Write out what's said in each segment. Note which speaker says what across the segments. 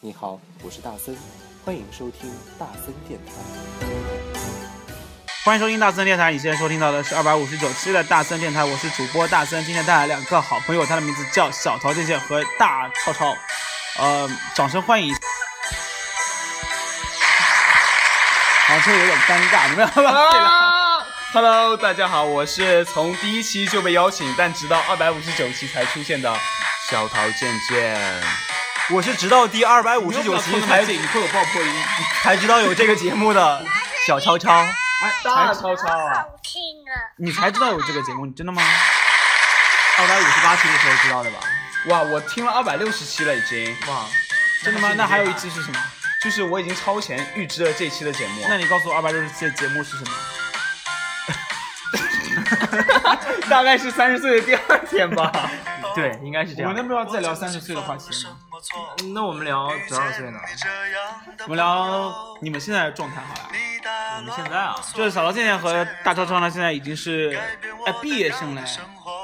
Speaker 1: 你好，我是大森，欢迎收听大森电台。
Speaker 2: 欢迎收听大森电台，你现在收听到的是二百五十九期的大森电台，我是主播大森，今天带来两个好朋友，他的名字叫小桃健健和大超超，呃，掌声欢迎。好，这有点尴尬，你们要不要这个？
Speaker 3: 啊 Hello，大家好，我是从第一期就被邀请，但直到二百五十九期才出现的小桃健健。
Speaker 4: 我是直到第二百五十九
Speaker 2: 你
Speaker 4: 期
Speaker 2: 们要不要
Speaker 4: 才
Speaker 2: 凑那么近会有爆破音。
Speaker 4: 才知道有这个节目的小超超，
Speaker 2: 哎，
Speaker 3: 大
Speaker 2: 才
Speaker 3: 超超啊，
Speaker 5: 好听啊！
Speaker 2: 你才知道有这个节目，你真的吗？
Speaker 4: 二百五十八期的时候知道的吧？
Speaker 3: 哇，我听了二百六十期了已经，
Speaker 4: 哇，
Speaker 2: 真的吗？那还有一期是什么？
Speaker 3: 就是我已经超前预知了这期的节目。
Speaker 2: 那你告诉我二百六十期的节目是什么？
Speaker 3: 大概是三十岁的第二天吧。
Speaker 4: 对，应该是 这
Speaker 2: 我
Speaker 4: 样
Speaker 2: 们。要不要再聊三十岁的话题呢？
Speaker 4: 那我们聊多少岁呢？
Speaker 2: 我们聊你们现在的状态好了。
Speaker 4: 我们现在啊，
Speaker 2: 就是小桃健健和大超超呢，现在已经是哎毕业生了哎。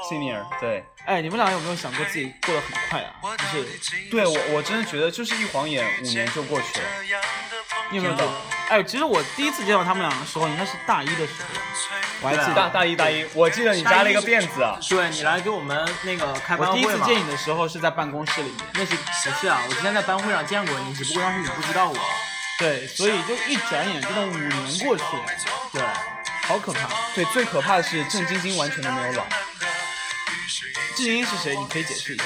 Speaker 3: Senior，对，
Speaker 2: 哎，你们俩有没有想过自己过得很快啊？就是
Speaker 3: 对我我真的觉得就是一晃眼五年就过去了。
Speaker 2: 你有没有觉得？哎，其实我第一次见到他们俩的时候，应该是大一的时候，我
Speaker 4: 啊
Speaker 2: 还记
Speaker 3: 大
Speaker 2: 得。
Speaker 3: 大一大一，我记得你扎了一个辫子啊。
Speaker 4: 对你来给我们那个开班
Speaker 2: 我
Speaker 4: 会
Speaker 2: 第一次
Speaker 4: 嘛
Speaker 2: 见你的时候是在办公室里面，
Speaker 4: 那是不是啊？我之前在班会上见过你，只不过当时你不知道我。
Speaker 2: 对，所以就一转眼，真的五年过去了，
Speaker 4: 对，
Speaker 2: 好可怕。
Speaker 3: 对，最可怕的是郑晶晶完全都没有老，
Speaker 2: 志英是谁？你可以解释一下。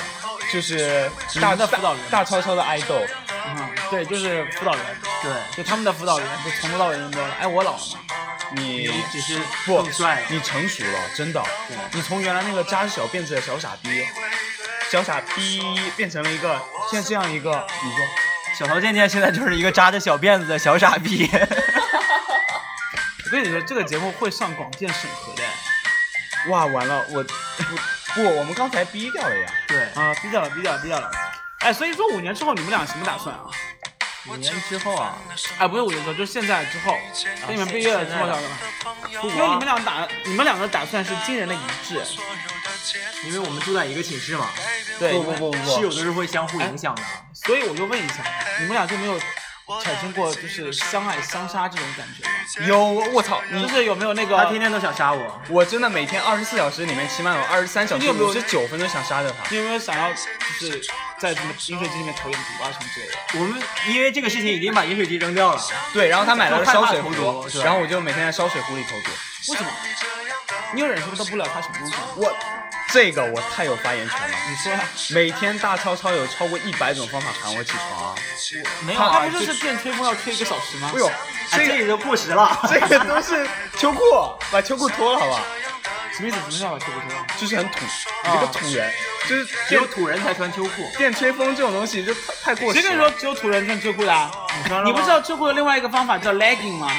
Speaker 3: 就是
Speaker 2: 你
Speaker 3: 大
Speaker 2: 们的辅导员
Speaker 3: 大大超超的爱豆。
Speaker 2: 嗯，对，就是辅导员，
Speaker 4: 对，
Speaker 2: 就他们的辅导员，就从头到尾都没有了。哎，我老了吗？
Speaker 3: 你
Speaker 4: 只是
Speaker 3: 不
Speaker 4: 更帅了，
Speaker 3: 你成熟了，真的。你从原来那个扎着小辫子的小傻逼，小傻逼变成了一个像这样一个，你说
Speaker 4: 小桃健健现在就是一个扎着小辫子的小傻逼。
Speaker 2: 我跟你说，这个节目会上广电审核的。
Speaker 3: 哇，完了，我不不，我们刚才逼掉了呀。
Speaker 4: 对，
Speaker 2: 啊，低调了，低调了，低调了。哎，所以说五年之后你们俩什么打算啊？
Speaker 4: 五年之后啊，
Speaker 2: 哎，不是五年之后，就是现在之后，等你们毕业了之后
Speaker 4: 现在啊
Speaker 2: 打算。因为你们俩打，你们两个打算是惊人的一致。
Speaker 4: 因为我们住在一个寝室嘛，
Speaker 2: 对，
Speaker 3: 不不不不
Speaker 4: 室友
Speaker 3: 不，
Speaker 4: 都是会相互影响的。
Speaker 2: 所以我就问一下，你们俩就没有产生过就是相爱相杀这种感觉吗？
Speaker 3: 有我操，你
Speaker 2: 就是有没有那个？
Speaker 4: 他天天都想杀我，
Speaker 3: 我真的每天二十四小时里面，起码有二十三小
Speaker 2: 你
Speaker 3: 时
Speaker 2: 有没有
Speaker 3: 五十九分钟想杀掉他。
Speaker 2: 你有没有想要就是在什么饮水机里面投点毒啊什么之类的？
Speaker 4: 我们因为这个事情已经把饮水机扔掉了。
Speaker 3: 对，然后他买了个烧水
Speaker 4: 就害怕投毒
Speaker 3: 壶，
Speaker 4: 对
Speaker 3: 然后我就每天在烧水壶里投毒。
Speaker 2: 为什么？你又忍受到不了他什么东西吗？
Speaker 3: 我这个我太有发言权了。
Speaker 2: 你说呀、
Speaker 3: 每天大超超有超过一百种方法喊我起床啊！
Speaker 4: 没有
Speaker 2: 他
Speaker 4: 啊，
Speaker 2: 不就是电吹风要吹一个小时吗？
Speaker 3: 哎呦，
Speaker 4: 这
Speaker 3: 这
Speaker 4: 个
Speaker 3: 个
Speaker 4: 已经过时了。
Speaker 3: 这个都是秋裤，把秋裤脱了好不好？
Speaker 2: 什么意思？什么叫吹不吹？
Speaker 3: 就是很土，你这个土人，啊就是
Speaker 4: 只
Speaker 3: 电
Speaker 4: 有土人才穿秋裤。
Speaker 3: 电吹风这种东西就太太过时
Speaker 2: 谁
Speaker 3: 了。
Speaker 2: 跟你说只有土人穿秋裤的、啊？
Speaker 4: 穿了吗
Speaker 2: 你不知道秋裤有另外一个方法叫 legging 吗？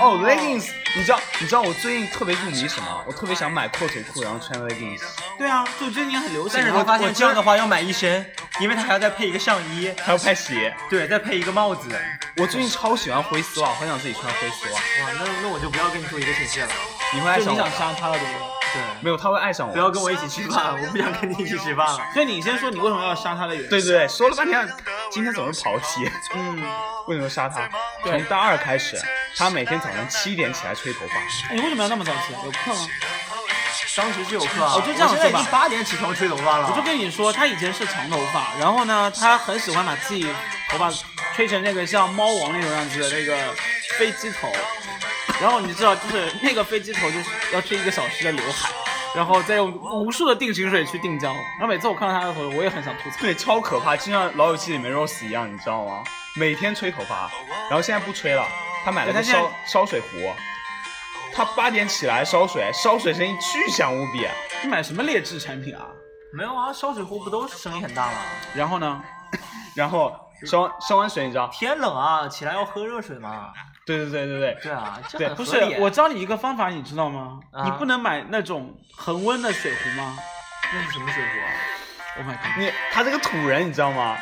Speaker 3: 哦，leggings，你知道你知道我最近特别入迷什么？我特别想买阔腿裤，然后穿 leggings，
Speaker 2: 对啊，就最近很流行
Speaker 4: 但
Speaker 2: 啊。
Speaker 4: 是他发现
Speaker 2: 我
Speaker 4: 这样的话要买一身，因为他还要再配一个上衣，
Speaker 3: 还要拍鞋。
Speaker 4: 对，再配一个帽子。
Speaker 3: 我最近超喜欢灰丝袜，我很想自己穿灰丝袜。
Speaker 4: 哇，那那我就不要跟你住一个寝室了。
Speaker 3: 你会爱
Speaker 2: 就
Speaker 3: 上
Speaker 2: 你想
Speaker 3: 我？
Speaker 2: 杀他了，对不对？
Speaker 4: 对，
Speaker 3: 没有，他会爱上我。
Speaker 4: 不要跟我一起吃饭，我不想跟你一起 吃饭了。
Speaker 2: 所以你先说你为什么要杀他的原因。
Speaker 3: 对对对，说了半天，今天总是跑题。
Speaker 2: 嗯，
Speaker 3: 为什么杀他？
Speaker 2: 对
Speaker 3: 从大二开始，他每天早上七点起来吹头发。
Speaker 2: 哎你为什么要那么早起？有啊课吗？
Speaker 4: 当时是有课啊，
Speaker 2: 我就这样
Speaker 4: 我现
Speaker 2: 说
Speaker 4: 在
Speaker 2: 吧
Speaker 4: 已经八点起床吹头发了。
Speaker 2: 我就跟你说，他以前是长头发，然后呢，他很喜欢把自己头发吹成那个像猫王那种样子的那个飞机头，然后你知道，就是那个飞机头就是要吹一个小时的刘海，然后再用无数的定型水去定焦，然后每次我看到他的时候，我也很想吐槽。
Speaker 3: 对，超可怕，就像《老友记》里面 Rose 一样，你知道吗？每天吹头发，然后现在不吹了，他买了
Speaker 2: 对
Speaker 3: 个
Speaker 2: 他现在
Speaker 3: 烧烧水壶。他八点起来烧水，烧水声音巨响无比。
Speaker 2: 你买什么劣质产品啊？
Speaker 4: 没有啊，烧水壶不都是声音很大吗？
Speaker 2: 然后呢？
Speaker 3: 然后烧烧完水，你知道？
Speaker 4: 天冷啊，起来要喝热水嘛。
Speaker 3: 对对对对对，
Speaker 4: 对啊，这
Speaker 3: 对
Speaker 4: 很
Speaker 2: 不
Speaker 4: 合
Speaker 2: 是
Speaker 4: 理，
Speaker 2: 我教你一个方法，你知道吗？
Speaker 4: 啊
Speaker 2: 你不能买那种恒温的水壶吗
Speaker 4: 那是什么水壶啊？
Speaker 2: ？Oh my god！
Speaker 3: 你他这个土人，你知道吗？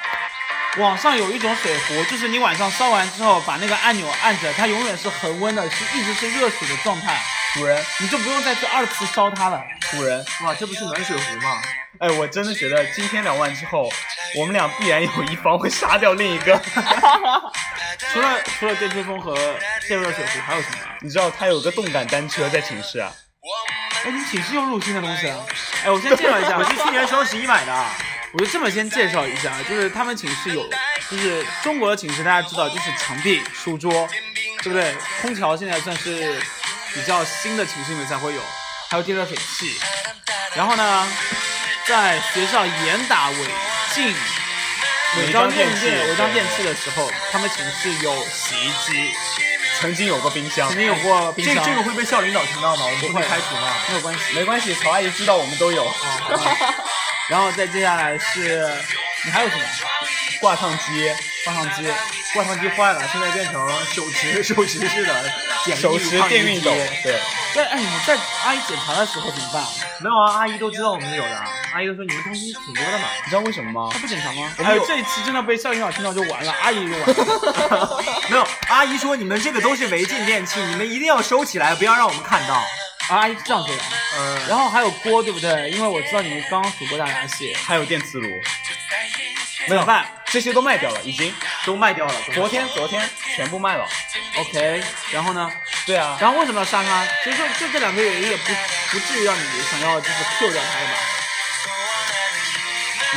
Speaker 2: 网上有一种水壶，就是你晚上烧完之后，把那个按钮按着，它永远是恒温的，是一直是热水的状态，
Speaker 3: 土人，
Speaker 2: 你就不用再去二次烧它了。
Speaker 3: 湖人。
Speaker 4: 哇，这不是暖水壶吗？
Speaker 3: 哎，我真的觉得今天两万之后，我们俩必然有一方会杀掉另一个。
Speaker 2: 除了除了电吹风和电热水壶，还有什么啊？
Speaker 3: 你知道他有个动感单车在寝室啊？
Speaker 2: 哎，你寝室又入新的东
Speaker 4: 啊
Speaker 2: 西了。哎，我先介 绍一下，
Speaker 4: 我是去年双十一买的。
Speaker 2: 我就这么先介绍一下，就是他们寝室有，就是中国的寝室大家知道，就是墙壁、书桌，对不对？空调现在算是比较新的寝室里面才会有，还有电热水器。然后呢，在学校严打违禁违章电器、违章电器的时候，他们寝室有洗衣机，
Speaker 3: 曾经有过冰箱
Speaker 2: 曾，经有过冰
Speaker 4: 这
Speaker 2: 箱，
Speaker 4: 这个会被校领导听到吗？我们
Speaker 2: 不
Speaker 4: 会
Speaker 2: 会
Speaker 4: 被开除吗？
Speaker 2: 没有关系。
Speaker 3: 没关系，曹阿姨知道我们都有
Speaker 2: 然后再接下来是，你还有什么？
Speaker 3: 挂烫机、
Speaker 2: 挂烫机。
Speaker 4: 挂烫机坏了，现在变成手持手持式的简易
Speaker 3: 手持电熨斗
Speaker 4: 烫衣机。
Speaker 3: 对，
Speaker 2: 但哎，你在阿姨检查的时候怎么办啊？
Speaker 4: 没有啊，阿姨都知道我们有的，阿姨都说你们东西挺多的嘛。
Speaker 3: 你知道为什么吗
Speaker 2: 她？不检查吗？
Speaker 3: 我
Speaker 2: 还
Speaker 3: 们有
Speaker 2: 有哎这一期真的被校领导听到就完了，阿姨就完了。
Speaker 4: 没有，阿姨说你们这个都是违禁电器，你们一定要收起来，不要让我们看到。
Speaker 2: 啊阿姨是这样说的。
Speaker 4: 嗯，
Speaker 2: 然后还有锅，对不对？因为我知道你们刚刚数过大闸蟹，
Speaker 3: 还有电磁炉，
Speaker 2: 怎么办
Speaker 3: 这些都卖掉了，已经。
Speaker 4: 都卖掉了。
Speaker 3: 昨天昨天全部卖了。
Speaker 2: ？OK，然后呢？
Speaker 3: 对啊，
Speaker 2: 然后为什么要杀他？其实就就这两个原因也不不至于让你想要就是 Q 掉他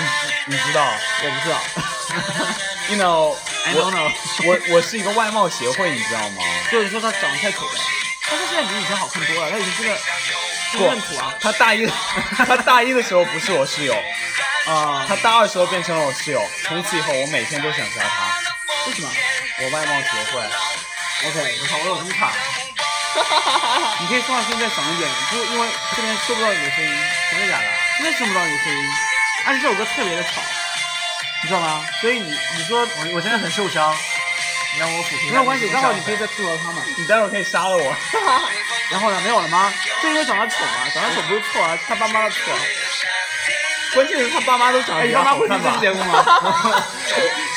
Speaker 2: 的吧？
Speaker 3: 你知道
Speaker 2: 我不知道。
Speaker 3: ，you know，
Speaker 2: I don't
Speaker 3: 我
Speaker 2: know。
Speaker 3: 我我是一个外貌协会，你知道吗？
Speaker 2: 就是说他长得太丑了，但是现在比以前好看多了，他已经真的是
Speaker 3: 不
Speaker 2: 认土啊。
Speaker 3: 他大一， 他大一的时候不是我室友，
Speaker 2: 啊、
Speaker 3: 他大二时候变成了我室友，从此以后我每天都想杀他。
Speaker 2: 为什么
Speaker 3: 我外貌协会，
Speaker 2: ？OK，
Speaker 4: 我操，我有这么惨？
Speaker 2: 你可以说话声音再响一点，就因为这边收不到你的声音，
Speaker 4: 真的假的？
Speaker 2: 真的收不到你的声音。而且这首歌特别的吵，你知道吗？所以你你说
Speaker 4: 我我真的很受伤。你让我抚平。
Speaker 2: 没有关系，待会儿你可以再吐槽他们。
Speaker 3: 你待会儿可以杀了我。
Speaker 2: 然后呢，没有了吗？就因为长得丑啊，长得丑不是错啊，是他爸妈的错啊。
Speaker 3: 关键是他爸妈都长得
Speaker 2: 哎，
Speaker 3: 比
Speaker 2: 你
Speaker 3: 较
Speaker 2: 爸妈
Speaker 3: 好
Speaker 2: 会听
Speaker 3: 看
Speaker 2: 这期
Speaker 3: 吧？
Speaker 2: 节目 吗？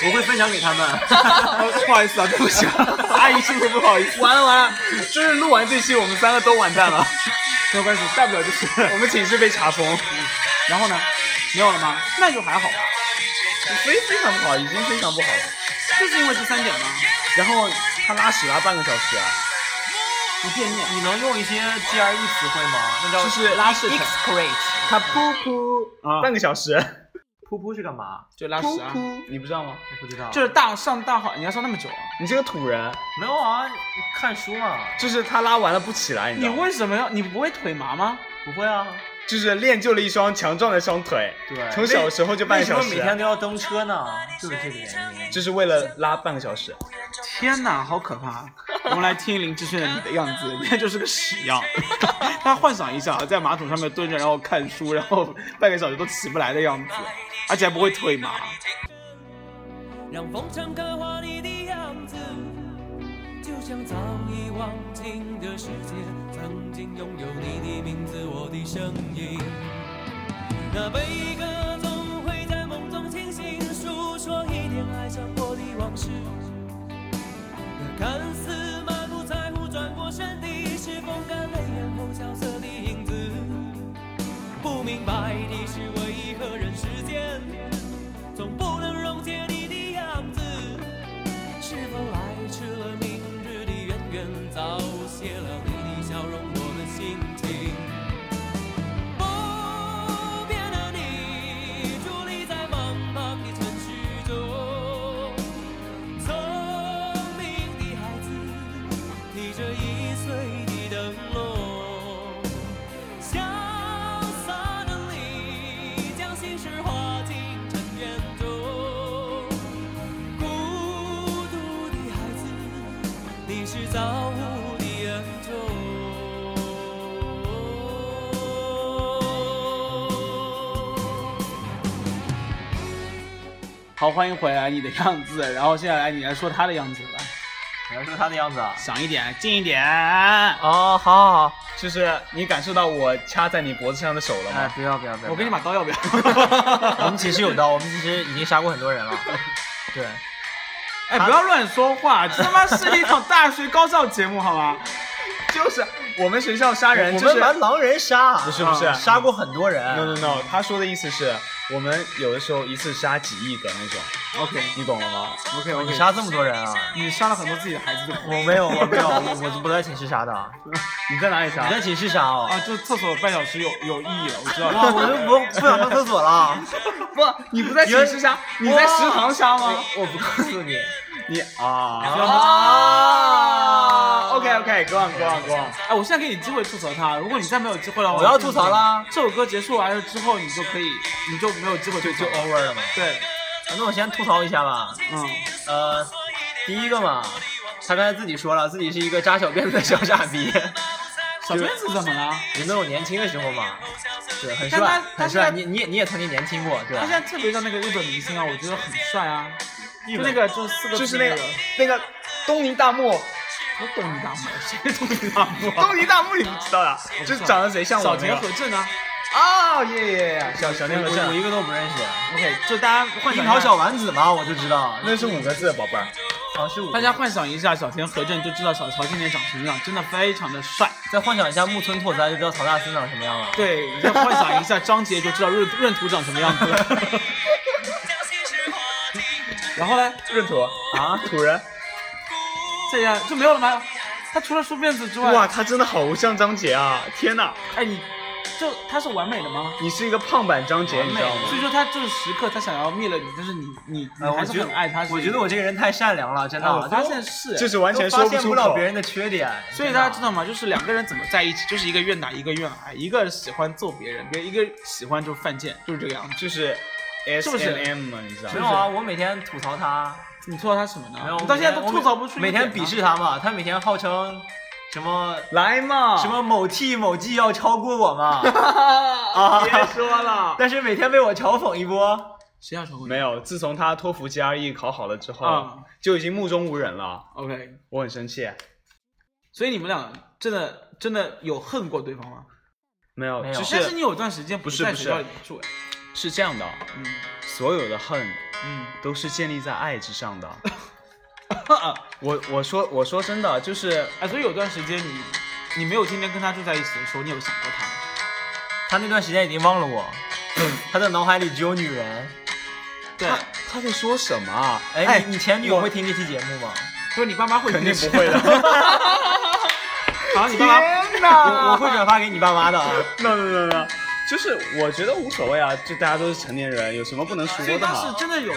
Speaker 4: 我会分享给他们。
Speaker 2: 不好意思啊，对不起，啊， 阿姨是不是不好意思？
Speaker 3: 完了完了，就是录完这期我们三个都完蛋了，
Speaker 2: 没有关系，大不了就是。
Speaker 3: 我们寝室被查封，
Speaker 2: 然后呢，没有了吗？那就还好吧，
Speaker 3: 所以非常不好，已经非常不好了。
Speaker 2: 就是因为这三点吗？
Speaker 3: 然后他拉屎拉半个小时啊，
Speaker 2: 不便秘啊，
Speaker 4: 你能用一些 GRE 词汇吗？那叫
Speaker 3: 就是
Speaker 2: 拉屎
Speaker 4: excrete。
Speaker 3: 他噗噗
Speaker 2: 啊
Speaker 3: 半个小时，
Speaker 4: 噗噗是干嘛？
Speaker 2: 就拉屎啊，
Speaker 3: 你不知道吗？
Speaker 4: 我不知道。
Speaker 2: 就是大上大号，你要上那么久啊？
Speaker 3: 你这个土人，
Speaker 4: 没有啊，看书嘛。
Speaker 3: 就是他拉完了不起来，你知
Speaker 2: 你
Speaker 3: 道吗？
Speaker 2: 为什么要？你不会腿麻吗？
Speaker 4: 不会啊。
Speaker 3: 就是练就了一双强壮的双腿，
Speaker 4: 对
Speaker 3: 从小时候就半
Speaker 4: 为
Speaker 3: 个
Speaker 4: 什
Speaker 3: 小
Speaker 4: 么
Speaker 3: 时，
Speaker 4: 每天都要蹬车呢？就是这个原因。
Speaker 3: 就是为了拉半个小时。
Speaker 2: 天哪，好可怕！啊我们来听林志炫的《你的样子》， 那就是个屎样。 他幻想一下，在马桶上面蹲着，然后看书，然后半个小时都起不来的样子，而且还不会腿麻。
Speaker 5: 让风尘刻画你的样子，就像早已忘情的世界，曾经拥有你的名字，我的声音。那悲歌总会在梦中清醒，诉说一点爱上过的往事。那看似满不在乎转过身的，是风干泪眼后萧瑟的影子。不明白你是为何人世间。总不能溶解你的样子。是否来迟了明日的远远，早谢了你的笑容，我的心情。不变的你，伫立在茫茫的城市中，聪明的孩子，提着易碎的灯笼。潇洒的你，将心事化进尘缘中。孤独的孩子，你是造物的恩宠。
Speaker 2: 好，欢迎回来，《你的样子》。然后现在来，你来说他的样子吧，
Speaker 4: 你要说他的样子啊？
Speaker 2: 响一点，近一点。啊
Speaker 3: 哦，好好好，就是你感受到我掐在你脖子上的手了
Speaker 4: 哎，
Speaker 3: 吗？
Speaker 4: 不要不要不要！
Speaker 2: 我给你把刀要不 要？
Speaker 4: 我们寝室有刀，我们寝室已经杀过很多人了。 对，
Speaker 2: 哎，不要乱说话，这他妈是一场大学高校节目好吗？
Speaker 3: 就是我们学校杀人
Speaker 4: 我
Speaker 3: 就是
Speaker 4: 们玩狼人杀，
Speaker 3: 不是不是
Speaker 4: 啊杀过很多
Speaker 3: no
Speaker 4: 人，
Speaker 3: no no，他说的意思是我们有的时候一次杀几亿个那种，
Speaker 2: OK
Speaker 3: 你懂了吗？
Speaker 2: OK OK，
Speaker 4: 你杀这么多人啊？
Speaker 2: 你杀了很多自己的孩子就哭
Speaker 4: 我没 有，我没有，我我不在寝室杀的，
Speaker 3: 你在哪里
Speaker 4: 你
Speaker 3: 杀？
Speaker 4: 在寝室杀哦。
Speaker 2: 啊，就厕所半小时有有意义了，我知道
Speaker 4: 啊哇，我
Speaker 2: 了。
Speaker 4: 都不不想上厕所了。
Speaker 3: 不，你不在寝室杀，你在食堂杀吗？
Speaker 4: 我不告诉你。
Speaker 3: 你啊
Speaker 4: 啊
Speaker 3: ，OK OK，go on go on go on。
Speaker 2: 哎，我现在给你机会吐槽他，如果你再没有机会的话，
Speaker 4: 我要吐槽啦
Speaker 2: 这首歌结束完了之后，你就可以，你就哦没有机会吐槽。
Speaker 4: over 了嘛。
Speaker 2: 对，
Speaker 4: 那我先吐槽一下吧。
Speaker 2: 嗯，
Speaker 4: 呃，第一个嘛，他刚才自己说了，自己是一个扎小辫子的小傻逼。
Speaker 2: 小辫子怎么了？
Speaker 4: 人都有年轻的时候嘛，对，很
Speaker 2: 但他
Speaker 4: 帅，
Speaker 2: 他
Speaker 4: 很帅。
Speaker 2: 现在
Speaker 4: 你你也你也曾经年轻过，对
Speaker 2: 他
Speaker 4: 吧
Speaker 2: 现？在特别像那个日本明星啊，我觉得很帅啊。就那个就是四个字
Speaker 3: 就是那个那个东尼大木，
Speaker 2: 我懂你大漠，谁懂你大漠？
Speaker 3: 东尼大木你不知道的，就是长得贼像
Speaker 2: 小
Speaker 3: 我那
Speaker 2: 结
Speaker 3: 个
Speaker 2: 合症啊。
Speaker 3: 啊耶耶耶，小小那
Speaker 4: 我
Speaker 3: 个
Speaker 4: 我
Speaker 3: 正，
Speaker 4: 一个都不认识。
Speaker 2: OK，就大家幻
Speaker 4: 樱
Speaker 2: 想一
Speaker 4: 桃
Speaker 2: 下
Speaker 4: 小丸子嘛，我就知道。
Speaker 3: 那是五个字，宝贝儿。
Speaker 4: 啊，是我。
Speaker 2: 大家幻想一下小田和正，就知道小乔今年长什么样，真的非常的帅。
Speaker 4: 再幻想一下木村拓哉，就知道曹大森长什么样了。
Speaker 2: 对，你再幻想一下张杰，就知道闰闰土长什么样子了。然后呢，
Speaker 3: 闰土啊，土人。
Speaker 2: 这样就没有了吗？他除了梳辫子之外，
Speaker 3: 哇，他真的好像张杰啊！天哪，
Speaker 2: 哎，你就他是完美的吗？
Speaker 3: 你是一个胖版张杰，你知道吗
Speaker 2: 所？以说他就是时刻他想要灭了你，但是你你你
Speaker 4: 呃
Speaker 2: 还
Speaker 4: 我
Speaker 2: 是
Speaker 4: 觉
Speaker 2: 很
Speaker 4: 得
Speaker 2: 爱他。
Speaker 4: 我觉得我这个人太善良了，真的。
Speaker 2: 啊，我发
Speaker 4: 就
Speaker 2: 现是，
Speaker 3: 就是完全
Speaker 4: 都发
Speaker 3: 说
Speaker 4: 现
Speaker 3: 出
Speaker 4: 不了
Speaker 3: 口
Speaker 4: 别。人的缺点，
Speaker 2: 所以大家知道吗？就是两个人怎么在一起，就是一个愿打一个愿挨，一个喜欢揍别人，别一个喜欢就犯贱，就是这个样子。
Speaker 3: 就是
Speaker 2: 是
Speaker 3: S
Speaker 2: 不是
Speaker 3: M M 嘛，你知道
Speaker 4: 没
Speaker 3: 吗？
Speaker 4: 有啊？我每天吐槽他，
Speaker 2: 你吐槽他什么呢？
Speaker 4: 没有，
Speaker 2: 你
Speaker 4: 我
Speaker 2: 到
Speaker 4: 每
Speaker 2: 现在
Speaker 4: 天
Speaker 2: 都
Speaker 4: 我每
Speaker 2: 吐槽不出一个
Speaker 4: 每
Speaker 2: 点啊。
Speaker 4: 天鄙视他嘛，他每天号称什么
Speaker 3: 来嘛，
Speaker 4: 什么某 T 某 G 要超过我 嘛，啊
Speaker 3: 别说了。
Speaker 4: 但是每天被我嘲讽一波。
Speaker 2: 谁要说过你
Speaker 3: 没有，嗯自从他托福 GRE 考好了之后，
Speaker 2: 啊
Speaker 3: 就已经目中无人了。
Speaker 2: ？OK，
Speaker 3: 我很生气。
Speaker 2: 所以你们俩真的真的有恨过对方吗？
Speaker 3: 没有，
Speaker 4: 没有
Speaker 3: 就
Speaker 2: 但
Speaker 3: 是
Speaker 2: 是你有段时间
Speaker 3: 不是
Speaker 2: 在
Speaker 3: 不是
Speaker 2: 学校里住，哎
Speaker 3: 是这样的，
Speaker 2: 嗯
Speaker 3: 所有的恨
Speaker 2: 嗯，
Speaker 3: 都是建立在爱之上 的。我我说我说真的，就是
Speaker 2: 哎，所以有段时间你你没有天天跟他住在一起的时候，你有想过他吗？
Speaker 4: 他那段时间已经忘 了我，他的脑海里只有女人。
Speaker 2: 对，
Speaker 3: 他他在说什么啊？
Speaker 4: 哎，你你前女友
Speaker 3: 我
Speaker 4: 会听这期节目吗？
Speaker 2: 不是你爸妈会
Speaker 3: 肯定
Speaker 2: 听
Speaker 3: 不会的。
Speaker 2: 好像你爸妈
Speaker 4: 我我会转发给你爸妈的啊。
Speaker 3: no no no no，就是我觉得无所谓啊，就大家都是成年人，有什么不能说
Speaker 2: 所以
Speaker 3: 的啊
Speaker 2: 当时
Speaker 3: 嘛？
Speaker 2: 真的有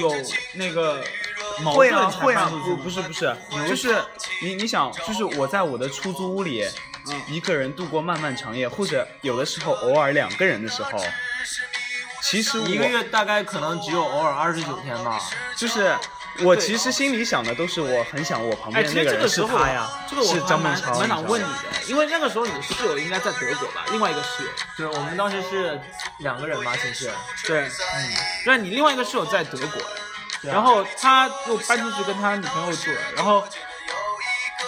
Speaker 2: 有那个矛
Speaker 3: 会
Speaker 2: 盾
Speaker 3: 啊
Speaker 2: 才
Speaker 3: 会啊，
Speaker 2: 搬出去
Speaker 3: 不
Speaker 2: 吗
Speaker 3: 不是不是，就是你你想，就是我在我的出租屋里，一个人度过漫漫长夜，或者有的时候偶尔两个人的时候，其实我
Speaker 4: 一个月大概可能只有偶尔二十九天吧。
Speaker 3: 就是我其实心里想的都是我很想我旁
Speaker 2: 哎，
Speaker 3: 边
Speaker 2: 其实
Speaker 3: 的那
Speaker 2: 这
Speaker 3: 人
Speaker 2: 个
Speaker 3: 是
Speaker 2: 时候啊
Speaker 3: 他呀，
Speaker 2: 这个我
Speaker 3: 是
Speaker 2: 还
Speaker 3: 张
Speaker 2: 蛮
Speaker 3: 梦超，
Speaker 2: 蛮
Speaker 3: 你知道
Speaker 2: 想
Speaker 3: 吗
Speaker 2: 问你的，因为那个时候你的室友应该在德国吧，另外一个室友，
Speaker 4: 对，我们当时是两个人嘛，寝 室。
Speaker 2: 对，嗯，对，你另外一个室友在德国，
Speaker 4: 对啊
Speaker 2: 然后他又搬出去跟他女朋友住了，然后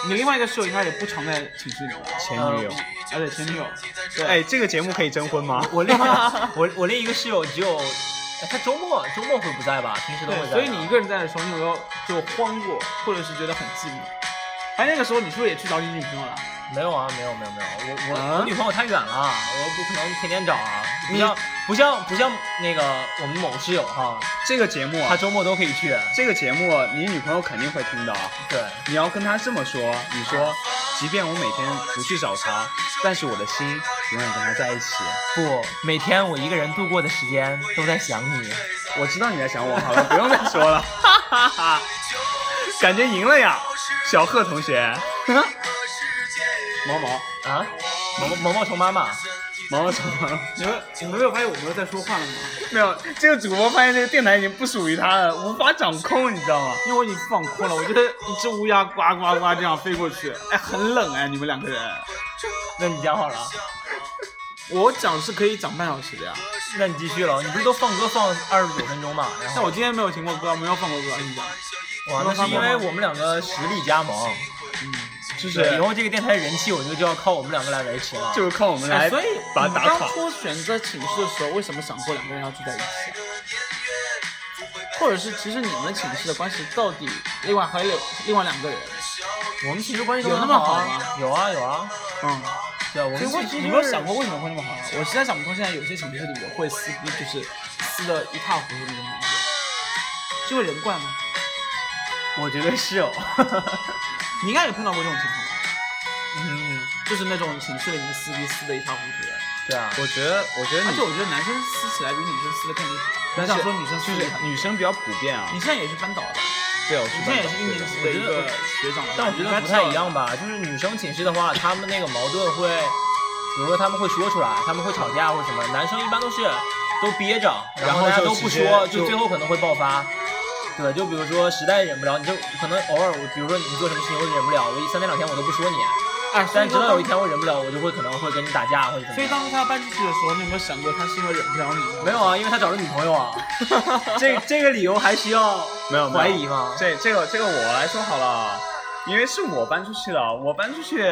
Speaker 2: 你另外一个室友应该也不常在寝室里吧，
Speaker 3: 前女友。
Speaker 2: 而且前女友，对，
Speaker 3: 哎，这个节目可以征婚吗？
Speaker 4: 我另我我另一个室友只有，哎他周末周末会不在吧？平时都会
Speaker 2: 对，
Speaker 4: 在。
Speaker 2: 所以你一个人在的时候，你有没有就慌过，或者是觉得很寂寞？哎，那个时候你是不是也去找你女朋友了？
Speaker 4: 没有啊？没有没有没有，我我、
Speaker 2: 啊
Speaker 4: 我女朋友太远了，我不可能天天找啊。不像不像不像那个我们某室友哈，
Speaker 3: 这个节目啊，
Speaker 4: 他周末都可以去。
Speaker 3: 这个节目你女朋友肯定会听到啊。
Speaker 4: 对，
Speaker 3: 你要跟他这么说，你说，即便我每天不去找他，但是我的心永远跟他在一起。
Speaker 4: 不，每天我一个人度过的时间都在想你。
Speaker 3: 我知道你在想我，好了， 不用再说了。感觉赢了呀，小贺同 学。毛毛，
Speaker 4: 啊，毛毛毛毛虫妈妈，
Speaker 3: 毛毛虫，
Speaker 2: 你们你们没有发现我没有在说话了吗？
Speaker 3: 没有，这个主播发现这个电台已经不属于他了，无法掌控，你知道吗？
Speaker 2: 因为我已经放空了，我觉得一只乌鸦呱呱呱这样飞过去，哎，很冷哎，你们两个人，
Speaker 4: 那你讲好了，
Speaker 2: 我讲是可以讲半小时的呀，
Speaker 4: 那你继续了，你不是都放歌放二十九分钟嘛？然
Speaker 2: 但
Speaker 4: 后
Speaker 2: 我今天没有停过歌，没有放过歌，你讲，
Speaker 4: 哇，那是因为我们两个实力加盟，
Speaker 3: 就是
Speaker 4: 嗯对，以后这个电台人气我觉得就要靠我们两个来维持了。
Speaker 3: 就是靠我们
Speaker 2: 哎，
Speaker 3: 来
Speaker 2: 所以
Speaker 3: 把
Speaker 2: 你
Speaker 3: 它打
Speaker 2: 当
Speaker 3: 垮。
Speaker 2: 初选择寝室的时候，为什么想过两个人要住在一起啊？或者是其实你们寝室的关系到底另外还有另外两个人，
Speaker 4: 我们其实关系
Speaker 2: 有
Speaker 4: 都
Speaker 2: 那
Speaker 4: 很
Speaker 2: 么
Speaker 4: 好
Speaker 2: 好
Speaker 4: 啊，有啊有啊，
Speaker 2: 嗯，
Speaker 4: 对，我
Speaker 2: 所以
Speaker 4: 们
Speaker 2: 我
Speaker 4: 去
Speaker 2: 有没有想 过为什么会那么好玩？我实在想不通，现在有些情侣的约会撕逼就是撕的一塌糊涂那种感觉，是因为人怪吗？
Speaker 3: 我觉得是哦。
Speaker 2: 你应该也碰到过这种情况吧？
Speaker 4: 嗯，
Speaker 2: 就是那种情绪里面撕逼撕的一塌糊涂的。
Speaker 4: 对啊，
Speaker 3: 我觉得，我觉得
Speaker 2: 而
Speaker 3: 你
Speaker 2: 且，我觉得男生撕起来比女生撕的更厉害。
Speaker 3: 但
Speaker 2: 我想
Speaker 3: 是
Speaker 2: 说女生撕
Speaker 3: 就
Speaker 2: 的厉害
Speaker 3: 是，女生比较普遍啊
Speaker 2: 你。现在也是班导的，
Speaker 3: 对，我
Speaker 2: 你
Speaker 3: 是
Speaker 2: 现在
Speaker 3: 班
Speaker 2: 也
Speaker 3: 长
Speaker 2: 是一年级的一
Speaker 4: 我觉
Speaker 2: 个
Speaker 4: 得
Speaker 2: 学长了，
Speaker 4: 但我觉
Speaker 2: 你应该
Speaker 4: 得不太
Speaker 2: 知道
Speaker 4: 一样吧，就是女生寝室的话，她们那个矛盾会，比如说她们会说出来，她们会吵架或什么。男生一般都是都憋着，然
Speaker 3: 然后
Speaker 4: 后大家
Speaker 3: 就
Speaker 4: 都
Speaker 3: 直
Speaker 4: 不
Speaker 3: 接
Speaker 4: 说，
Speaker 3: 就
Speaker 4: 就最后可能会爆发。对，就比如说实在忍不了，你就可能偶尔，我比如说你做什么事情我忍不了，我一三天两天我都不说你，
Speaker 2: 哎，所以
Speaker 4: 但直
Speaker 2: 说
Speaker 4: 到有一
Speaker 2: 当
Speaker 4: 天我忍不了，我就会可能会跟你打架或者怎么
Speaker 2: 所以
Speaker 4: 样。
Speaker 2: 当时他要搬出去的时候，你有没有想过他是因为忍不了你？
Speaker 4: 没有啊，因为他找了女朋友啊， 这这个理由还需要
Speaker 3: 没有没有
Speaker 4: 怀疑吗？
Speaker 3: 这这个这个我来说好了，因为是我搬出去的，我搬出去，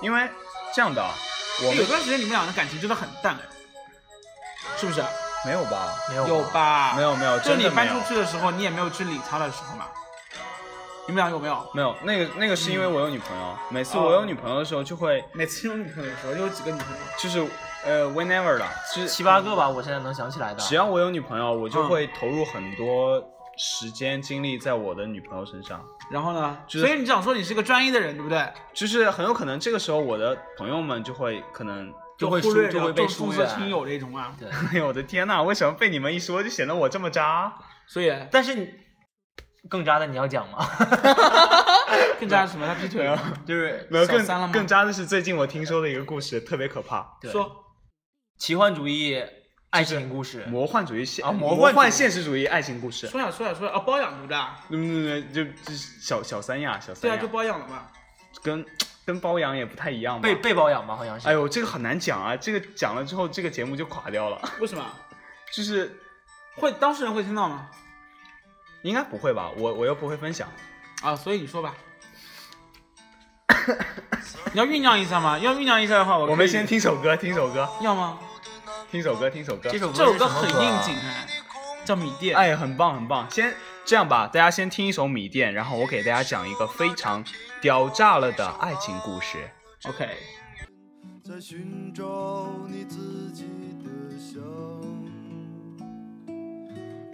Speaker 3: 因为这样的，啊我
Speaker 2: 哎有
Speaker 3: 们
Speaker 2: 段时间你们俩的感情真的很淡，哎，是不是？
Speaker 3: 没有吧？
Speaker 4: 没有吧
Speaker 2: 有吧？
Speaker 3: 没有没有，
Speaker 2: 就
Speaker 3: 真
Speaker 2: 你
Speaker 3: 的没
Speaker 2: 搬
Speaker 3: 有
Speaker 2: 出去的时候，你也没有去理他的时候嘛？你们俩有没有？
Speaker 3: 没有，那个那个是因为我有女朋友，每次
Speaker 2: 哦
Speaker 3: 我有女朋友的时候就会
Speaker 2: 每次有女朋友的时候，有几个女朋友？
Speaker 3: 就是呃 whenever 的，就是
Speaker 4: 七八个吧，我现在能想起来的。
Speaker 3: 只要我有女朋友，我
Speaker 2: 嗯
Speaker 3: 就会投入很多时间精力在我的女朋友身上，
Speaker 2: 然后呢？
Speaker 3: 就是
Speaker 2: 所以你想说你是个专一的人，对不对？
Speaker 3: 就是很有可能这个时候我的朋友们就会可能
Speaker 4: 就会
Speaker 2: 忽
Speaker 4: 疏
Speaker 2: 略
Speaker 4: 就
Speaker 2: 了
Speaker 4: 会被
Speaker 2: 重
Speaker 4: 疏
Speaker 2: 重色
Speaker 4: 远。
Speaker 2: 轻友这种啊。
Speaker 4: 对，
Speaker 3: 哎 呦我的天呐，为什么被你们一说就显得我这么渣？
Speaker 2: 所以
Speaker 4: 但是你更渣的你要讲吗？
Speaker 2: 更加什么？他劈腿了吗？
Speaker 4: 就是
Speaker 3: 啊没有
Speaker 2: 小三了
Speaker 3: 更
Speaker 2: 吗
Speaker 3: 更渣的是，最近我听说的一个故事，特别可怕。
Speaker 4: 对
Speaker 2: 说
Speaker 4: 奇幻主义爱情故事，
Speaker 3: 魔幻主义现
Speaker 4: 啊魔
Speaker 3: 魔
Speaker 4: 幻主义
Speaker 3: 幻现实主义爱情故事，
Speaker 2: 说呀说呀说呀，啊，包养对不对啊？
Speaker 3: 嗯，对对就就是小小三亚，小
Speaker 2: 对
Speaker 3: 三
Speaker 2: 啊，
Speaker 3: 亚
Speaker 2: 就包养了嘛。
Speaker 3: 跟跟包养也不太一样吧
Speaker 4: 被？被包养吧，好像是。
Speaker 3: 哎呦，这个很难讲啊，这个讲了之后，这个节目就垮掉了。
Speaker 2: 为什么？啊
Speaker 3: 就是
Speaker 2: 会当事人会听到吗？
Speaker 3: 应该不会吧？我我又不会分享。
Speaker 2: 啊，所以你说 吧。你要酝酿一下吗？要酝酿一下的话，我
Speaker 3: 我
Speaker 2: 我
Speaker 3: 们先听首歌，听首歌，
Speaker 2: 要吗？
Speaker 3: 听首歌，听首歌
Speaker 4: 这。首
Speaker 2: 这首歌
Speaker 4: 是什
Speaker 2: 很
Speaker 4: 么啊
Speaker 2: 应景哎，叫《米店》。
Speaker 3: 哎，很棒很棒。先这样吧，大家先听一首《米店》，然后我给大家讲一个非常屌炸了的爱情故事。
Speaker 2: OK，
Speaker 6: 在寻找你自己的香。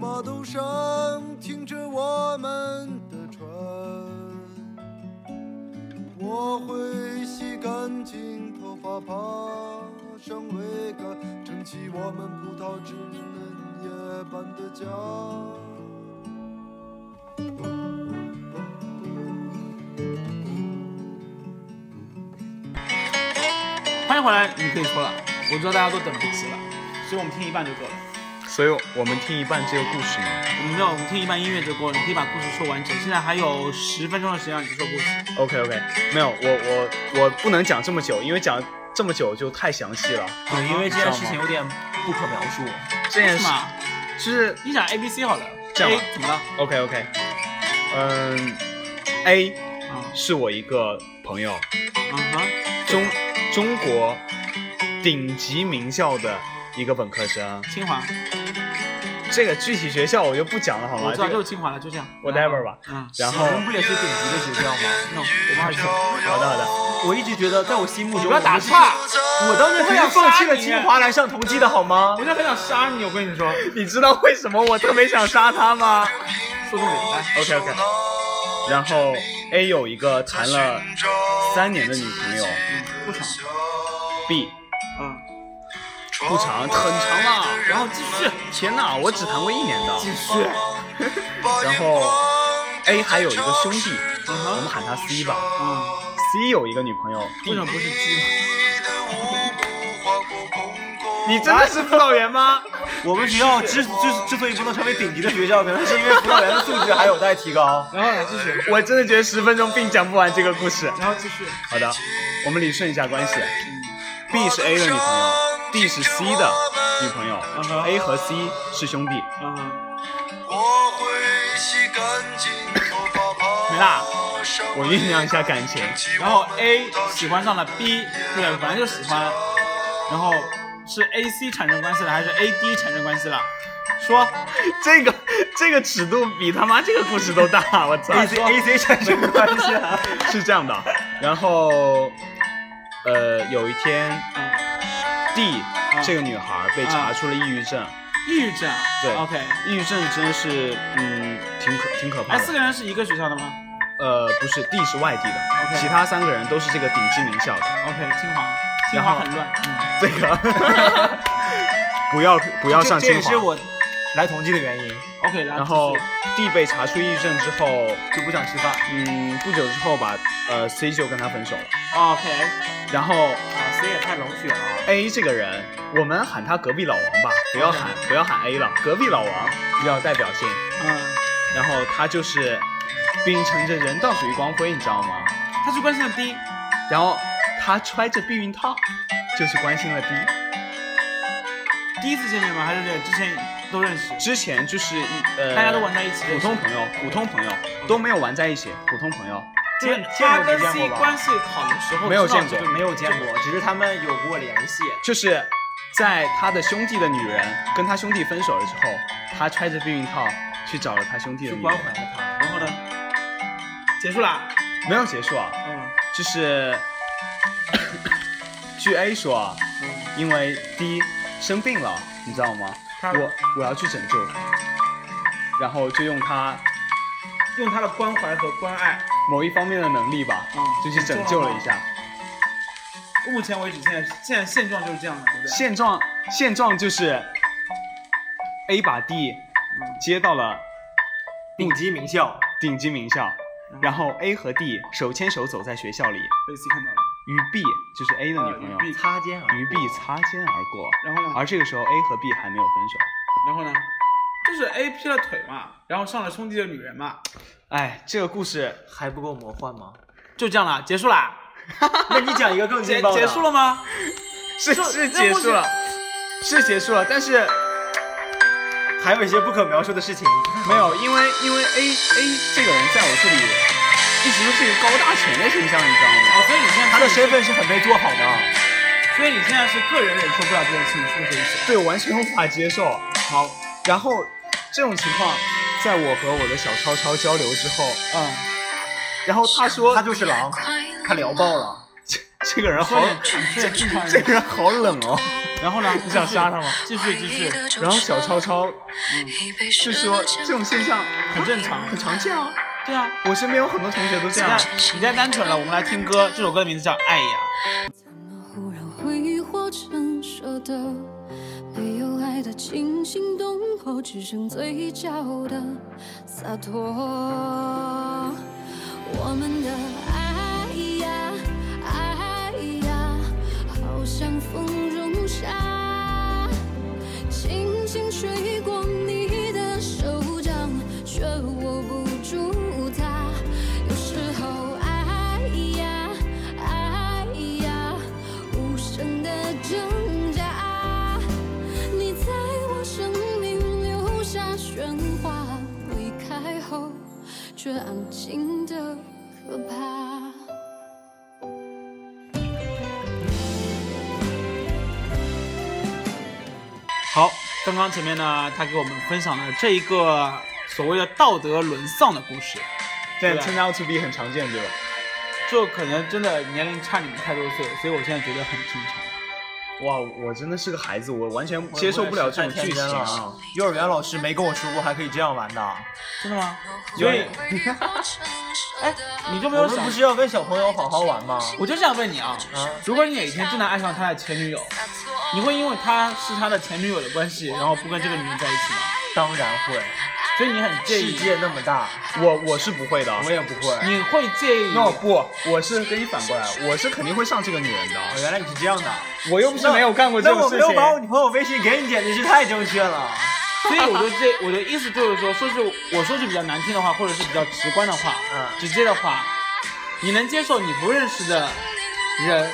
Speaker 6: 码头上停着我们的船，我会洗干净头发，爬上桅杆，撑起我们葡萄枝嫩叶般的家。
Speaker 2: 欢迎回来，你可以说了。我知道大家都等不及了，所以我们听一半就够了。
Speaker 3: 所以我们听一半这个故事呢。
Speaker 2: 我们没有，我们听一半音乐就够了。你可以把故事说完整。现在还有十分钟的时间让你说故事。
Speaker 3: OK OK，没有，我我我不能讲这么久，因为讲这么久就太详细了。
Speaker 4: 对，因为这件事情
Speaker 3: 知道
Speaker 4: 有点不可描述。
Speaker 3: 这件
Speaker 2: 是
Speaker 3: 事
Speaker 2: 吗？
Speaker 3: 就是
Speaker 2: 你讲 A B C 好了。
Speaker 3: 这样吧
Speaker 2: A 怎么了？
Speaker 3: OK OK，嗯，A
Speaker 2: 啊，
Speaker 3: 是我一个朋友，
Speaker 2: 嗯哼，
Speaker 3: 中中国顶级名校的一个本科生，
Speaker 2: 清华，
Speaker 3: 这个具体学校我就不讲了好
Speaker 2: 我
Speaker 3: 吗？
Speaker 2: 知
Speaker 3: 这
Speaker 2: 道就
Speaker 3: 个
Speaker 2: 是清华了，就这样。
Speaker 3: whatever 吧。
Speaker 2: 嗯
Speaker 3: 然
Speaker 4: 我
Speaker 3: 后
Speaker 4: 们不也是顶级的学校吗？
Speaker 2: ，no，我们还是
Speaker 3: 好的好的，
Speaker 4: 我一直觉得，在我心目
Speaker 2: 你
Speaker 4: 中，
Speaker 2: 不要打
Speaker 4: 我是
Speaker 2: 岔，
Speaker 4: 我当年可是放弃了清华来上同济的好吗
Speaker 2: 我？就很想杀你。我跟你说，
Speaker 3: 你知道为什么我特别想杀他吗
Speaker 2: 说重点，来，
Speaker 3: ？OK OK，然后 A 有一个谈了三年的女朋友
Speaker 2: 不长，
Speaker 3: ，B
Speaker 2: 嗯，
Speaker 3: 不长，很长啊了。
Speaker 2: 然后继续，
Speaker 3: 天哪，我只谈过一年的。
Speaker 2: 继续，
Speaker 3: 然后 A 还有一个兄弟，我们喊他 C 吧。
Speaker 2: 嗯，
Speaker 3: C 有一个女朋友
Speaker 2: 为什么
Speaker 3: ，D
Speaker 2: 不是鸡？
Speaker 3: 你真的是辅导员吗？
Speaker 4: 我们学校之之之所以不能成为顶级的学校，可能是因为辅导员的素质还有待提高。
Speaker 2: 然后来继续，
Speaker 3: 我真的觉得十分钟并讲不完这个故事。
Speaker 2: 然后继续，
Speaker 3: 好的，我们理顺一下关系。 B 是 A 的女朋友，D 是 C 的女朋友、
Speaker 2: 嗯哼
Speaker 3: a 和 C 是兄弟。
Speaker 2: 嗯哼，
Speaker 6: 我会洗干净头发，
Speaker 2: 没啦。
Speaker 3: 我酝酿一下感情，
Speaker 2: 然后 A 喜欢上了 B，对，本来就喜欢，然后是 A C 产生关系了，还是 A D 产生关系了？说，
Speaker 3: 这个这个尺度比他妈这个故事都大， 我操！
Speaker 2: A C 产生关系啊了。
Speaker 3: 是这样的，然后，呃，有一天
Speaker 2: 嗯，
Speaker 3: D 这个女孩被查出了抑郁症，
Speaker 2: 抑郁症。
Speaker 3: 对
Speaker 2: ，OK。
Speaker 3: 抑郁症真是，嗯，挺可挺可怕
Speaker 2: 哎，四
Speaker 3: 的。
Speaker 2: 个人是一个学校的吗
Speaker 3: 呃，不是，D 是外地的
Speaker 2: OK
Speaker 3: 其他三个人都是这个顶级名校的。
Speaker 2: ？OK，清华，清
Speaker 3: 然
Speaker 2: 华
Speaker 3: 后嗯
Speaker 2: 很乱。
Speaker 3: 这个 不要不要上
Speaker 4: 这这
Speaker 3: 清
Speaker 4: 也是
Speaker 3: 华。
Speaker 4: 我来同济的原因，
Speaker 2: OK，来
Speaker 3: 然后
Speaker 2: 继续
Speaker 3: D 被查出抑郁症之后，
Speaker 4: 就不想吃饭。
Speaker 3: 嗯，不久之后吧，呃，C 就跟他分手了。
Speaker 2: OK，
Speaker 3: 然后
Speaker 4: 啊，谁也太冷血了啊。
Speaker 3: A 这个人，我们喊他隔壁老王吧，不要喊不要喊 A 了，隔壁老王比较有代表性。
Speaker 2: 嗯，
Speaker 3: 然后他就是秉承着人道主义光辉，你知道吗？
Speaker 2: 他是关心了 D，
Speaker 3: 然后他揣着避孕套，就是关心了 D。
Speaker 2: 第一次见面吗？还是之前都认识？
Speaker 3: 之前就是一呃，
Speaker 2: 大家都玩在一起
Speaker 3: 普
Speaker 2: 认识。
Speaker 3: 通朋友，普通朋友都没有玩在一起，普通朋友。
Speaker 2: 就是
Speaker 4: 见见
Speaker 2: 他
Speaker 4: 都没
Speaker 2: 跟
Speaker 4: 见
Speaker 2: C
Speaker 4: 过吧
Speaker 2: 关系好的时候
Speaker 3: 没有
Speaker 2: 知道
Speaker 3: 见过
Speaker 2: 这个人
Speaker 4: 没有见过，只是他们有过联系。
Speaker 3: 就是在他的兄弟的女人跟他兄弟分手了之后，他揣着避孕套去找了他兄弟的
Speaker 4: 去
Speaker 3: 女
Speaker 4: 关
Speaker 3: 人，
Speaker 4: 怀了他。
Speaker 2: 然后呢？结束啦。
Speaker 3: 没有结束啊，
Speaker 2: 嗯
Speaker 3: 就是据 A 说啊，
Speaker 2: 嗯
Speaker 3: 因为 D 生病了，你知道吗？
Speaker 2: 他
Speaker 3: 我我要去拯救，然后就用他
Speaker 2: 用他的关怀和关爱。
Speaker 3: 某一方面的能力吧，
Speaker 2: 嗯
Speaker 3: 就去拯救了一下。
Speaker 2: 目前为止，现在现在现状就是这样的，对不对？
Speaker 3: 现状现状就是 A 把 D 接到了
Speaker 4: 顶级名校，
Speaker 3: 顶级名校，然后 A 和 D 手牵手走在学校里，
Speaker 2: 被 C 看到了。
Speaker 3: 与 B 就是 A 的女朋友
Speaker 2: 啊与 B
Speaker 4: 擦肩而过
Speaker 3: 与 B 擦肩而过。
Speaker 2: 然后呢？
Speaker 3: 而这个时候 A 和 B 还没有分手。
Speaker 2: 然后呢？就是 A 劈了腿嘛，然后上了兄弟的女人嘛，
Speaker 3: 哎，这个故事
Speaker 4: 还不够魔幻吗？
Speaker 2: 就这样啦，结束啦，
Speaker 4: 那你讲一个更
Speaker 2: 结
Speaker 4: 劲爆的。
Speaker 2: 结束了吗？
Speaker 3: 是
Speaker 2: 这
Speaker 3: 是
Speaker 2: 这
Speaker 3: 结
Speaker 2: 故
Speaker 3: 束
Speaker 2: 事
Speaker 3: 了，是结束了，但是
Speaker 4: 还有一些不可描述的 事情。
Speaker 3: 没有，因为因为 A A 这个人在我这里一直都是一个高大全的形象，你知道
Speaker 2: 哦，
Speaker 3: 吗？
Speaker 2: 所以你现在
Speaker 4: 他的身份是很被做好的。
Speaker 2: 所以你现在是个人忍受不了这件事情，是不是这意思？
Speaker 3: 对，完全无法接受。
Speaker 2: 好，
Speaker 3: 然后这种情况，在我和我的小超超交流之后，
Speaker 2: 嗯，
Speaker 3: 然后他说
Speaker 4: 他就是狼，他聊爆 了。
Speaker 3: 这个人
Speaker 2: 说，
Speaker 3: 好
Speaker 2: 点你说点正常
Speaker 3: 这
Speaker 2: 人。
Speaker 3: 个人好冷 哦。
Speaker 2: 然后呢？你
Speaker 3: 想杀他吗？
Speaker 2: 继续继续，
Speaker 3: 然后小超超
Speaker 7: 是
Speaker 3: 就说这种现象
Speaker 2: 很正常，
Speaker 3: 很常见啊，
Speaker 2: 对啊。
Speaker 3: 我身边有很多同学都这
Speaker 2: 这
Speaker 3: 样
Speaker 2: 样。，啊你太单纯了。我们来听歌，这首歌的名字叫《爱呀》。
Speaker 7: 忽然挥霍成舍得，没有爱的惊心动魄，只剩嘴角的洒脱。我们的爱呀，爱呀，好像风中沙，轻轻吹过你的手掌，却握不住它。有时候爱呀，爱呀，无声的挣扎。你在我生命留下喧哗，离开后却安静的可怕。
Speaker 2: 好，刚刚前面呢，他给我们分享了这一个所谓的道德沦丧的故事，
Speaker 3: 但
Speaker 2: 对啊
Speaker 3: turn out to be 很常见，对吧？
Speaker 2: 就可能真的年龄差你们太多岁，所以我现在觉得很正常。
Speaker 3: 哇，我真的是个孩子，我完全接受不了这种
Speaker 4: 太
Speaker 3: 剧
Speaker 4: 天真了
Speaker 3: 情。
Speaker 4: 啊！幼儿园老师没跟我说过还可以这样玩的。啊
Speaker 2: 真的吗？
Speaker 3: 所
Speaker 2: 所
Speaker 3: 以
Speaker 2: 以，哎，你就没
Speaker 4: 我
Speaker 2: 有
Speaker 4: 们
Speaker 2: 想
Speaker 4: 不？是要跟小朋友好好玩吗？
Speaker 2: 我就想问你啊，
Speaker 4: 啊，
Speaker 2: 如果你哪一天真的爱上他的前女友，你会因为他是他的前女友的关系，然后不跟这个女人在一起吗？
Speaker 4: 当然会。
Speaker 2: 所以你很介
Speaker 4: 世
Speaker 2: 意，
Speaker 4: 界那么大，
Speaker 3: 我我是不会的，
Speaker 4: 我也不会。
Speaker 2: 你会介意？
Speaker 3: 那我不，我是跟你反过来，我是肯定会上这个女人的。
Speaker 4: 哦，原来你是这样的。
Speaker 3: 我又不是没有干过这
Speaker 4: 那
Speaker 3: 种
Speaker 4: 我
Speaker 3: 事
Speaker 4: 没
Speaker 3: 情
Speaker 4: 有。把我女朋友微信给你，简直是太正确了。
Speaker 2: 所以我就这，我的意思就是说，说是我说句比较难听的话，或者是比较直观的话，
Speaker 4: 嗯
Speaker 2: 直接的话，你能接受你不认识的人